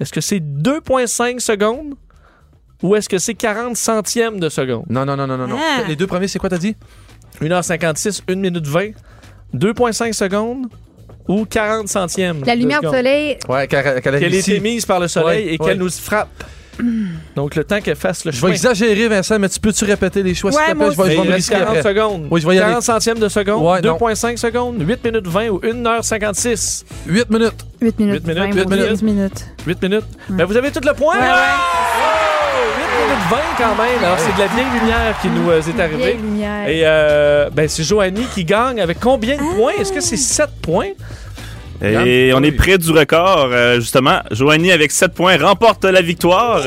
Speaker 3: Est-ce que c'est 2,5 secondes? Ou est-ce que c'est 40 centièmes de seconde?
Speaker 5: Non, non, non, non, non. non.
Speaker 4: Ah.
Speaker 5: Les deux premiers, c'est quoi, t'as dit?
Speaker 3: 1h56, 1 minute 20, 2,5 secondes ou 40 centièmes?
Speaker 6: La
Speaker 3: de
Speaker 6: lumière du
Speaker 3: seconde?
Speaker 6: soleil,
Speaker 5: Ouais, qu'elle qu'elle
Speaker 3: Qu'elle
Speaker 5: arrive
Speaker 3: est
Speaker 5: Ben, ici.
Speaker 3: émise par le soleil
Speaker 5: Ouais,
Speaker 3: et qu'elle
Speaker 5: ouais.
Speaker 3: nous frappe. Donc, le temps qu'elle fasse le
Speaker 5: Je
Speaker 3: chemin.
Speaker 5: vais exagérer, Vincent, mais tu peux-tu répéter les choix, s'il
Speaker 4: Ouais,
Speaker 5: te
Speaker 4: moi
Speaker 5: plaît? Je vais-
Speaker 3: Mais
Speaker 5: je vais
Speaker 3: il
Speaker 5: me
Speaker 3: reste
Speaker 5: risquer
Speaker 3: 40
Speaker 5: après.
Speaker 3: secondes.
Speaker 5: Oui, je vais y aller.
Speaker 3: 40 centièmes de seconde,
Speaker 5: Ouais, non.
Speaker 3: 2,5 secondes, 8 minutes 20 ou 1h56.
Speaker 5: 8 minutes.
Speaker 6: 8 minutes.
Speaker 3: Huit minutes,
Speaker 6: 20,
Speaker 3: huit
Speaker 6: mon Dieu.
Speaker 3: minutes.
Speaker 4: 10 minutes.
Speaker 3: 8 minutes. Ben, vous avez tout le point.
Speaker 4: Ouais, ouais.
Speaker 3: Oh, 8 minutes 20 quand même. Alors, c'est de la vieille lumière qui nous euh, est
Speaker 6: Vieille
Speaker 3: arrivée.
Speaker 6: lumière.
Speaker 3: Et euh, ben, c'est Joanie qui gagne avec combien de points? Est-ce que c'est 7 points?
Speaker 7: Et on est près du record, euh, justement. Joanie avec 7 points remporte la victoire.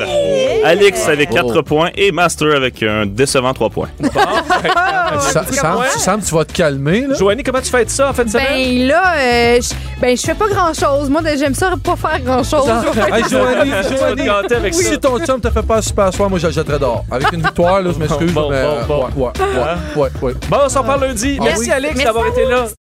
Speaker 7: Alex avec 4
Speaker 5: Oh.
Speaker 7: points et Master avec un décevant 3 points.
Speaker 5: Sam, Sam,
Speaker 3: ouais.
Speaker 5: tu- Sam, tu vas te calmer, là.
Speaker 3: Joanie, comment tu fais ça en fin de semaine?
Speaker 6: Ben là, euh, je- ben je fais pas grand chose. Moi, de- j'aime ça pas faire grand chose.
Speaker 5: Hey, Joanie,
Speaker 3: Tu vas te
Speaker 5: Joanie,
Speaker 3: gâter avec ça.
Speaker 5: si ton chum te fait pas super soir, moi, je le jetterai dehors. Avec une victoire, là, je m'excuse,
Speaker 3: Bon, bon,
Speaker 5: mais... euh,
Speaker 3: bon.
Speaker 5: Ouais, ouais, ouais, ouais, ouais.
Speaker 3: Bon, on s'en parle lundi.
Speaker 5: Ah
Speaker 3: Merci,
Speaker 5: oui.
Speaker 3: Alex,
Speaker 6: Merci
Speaker 3: d'avoir
Speaker 6: à
Speaker 3: été là.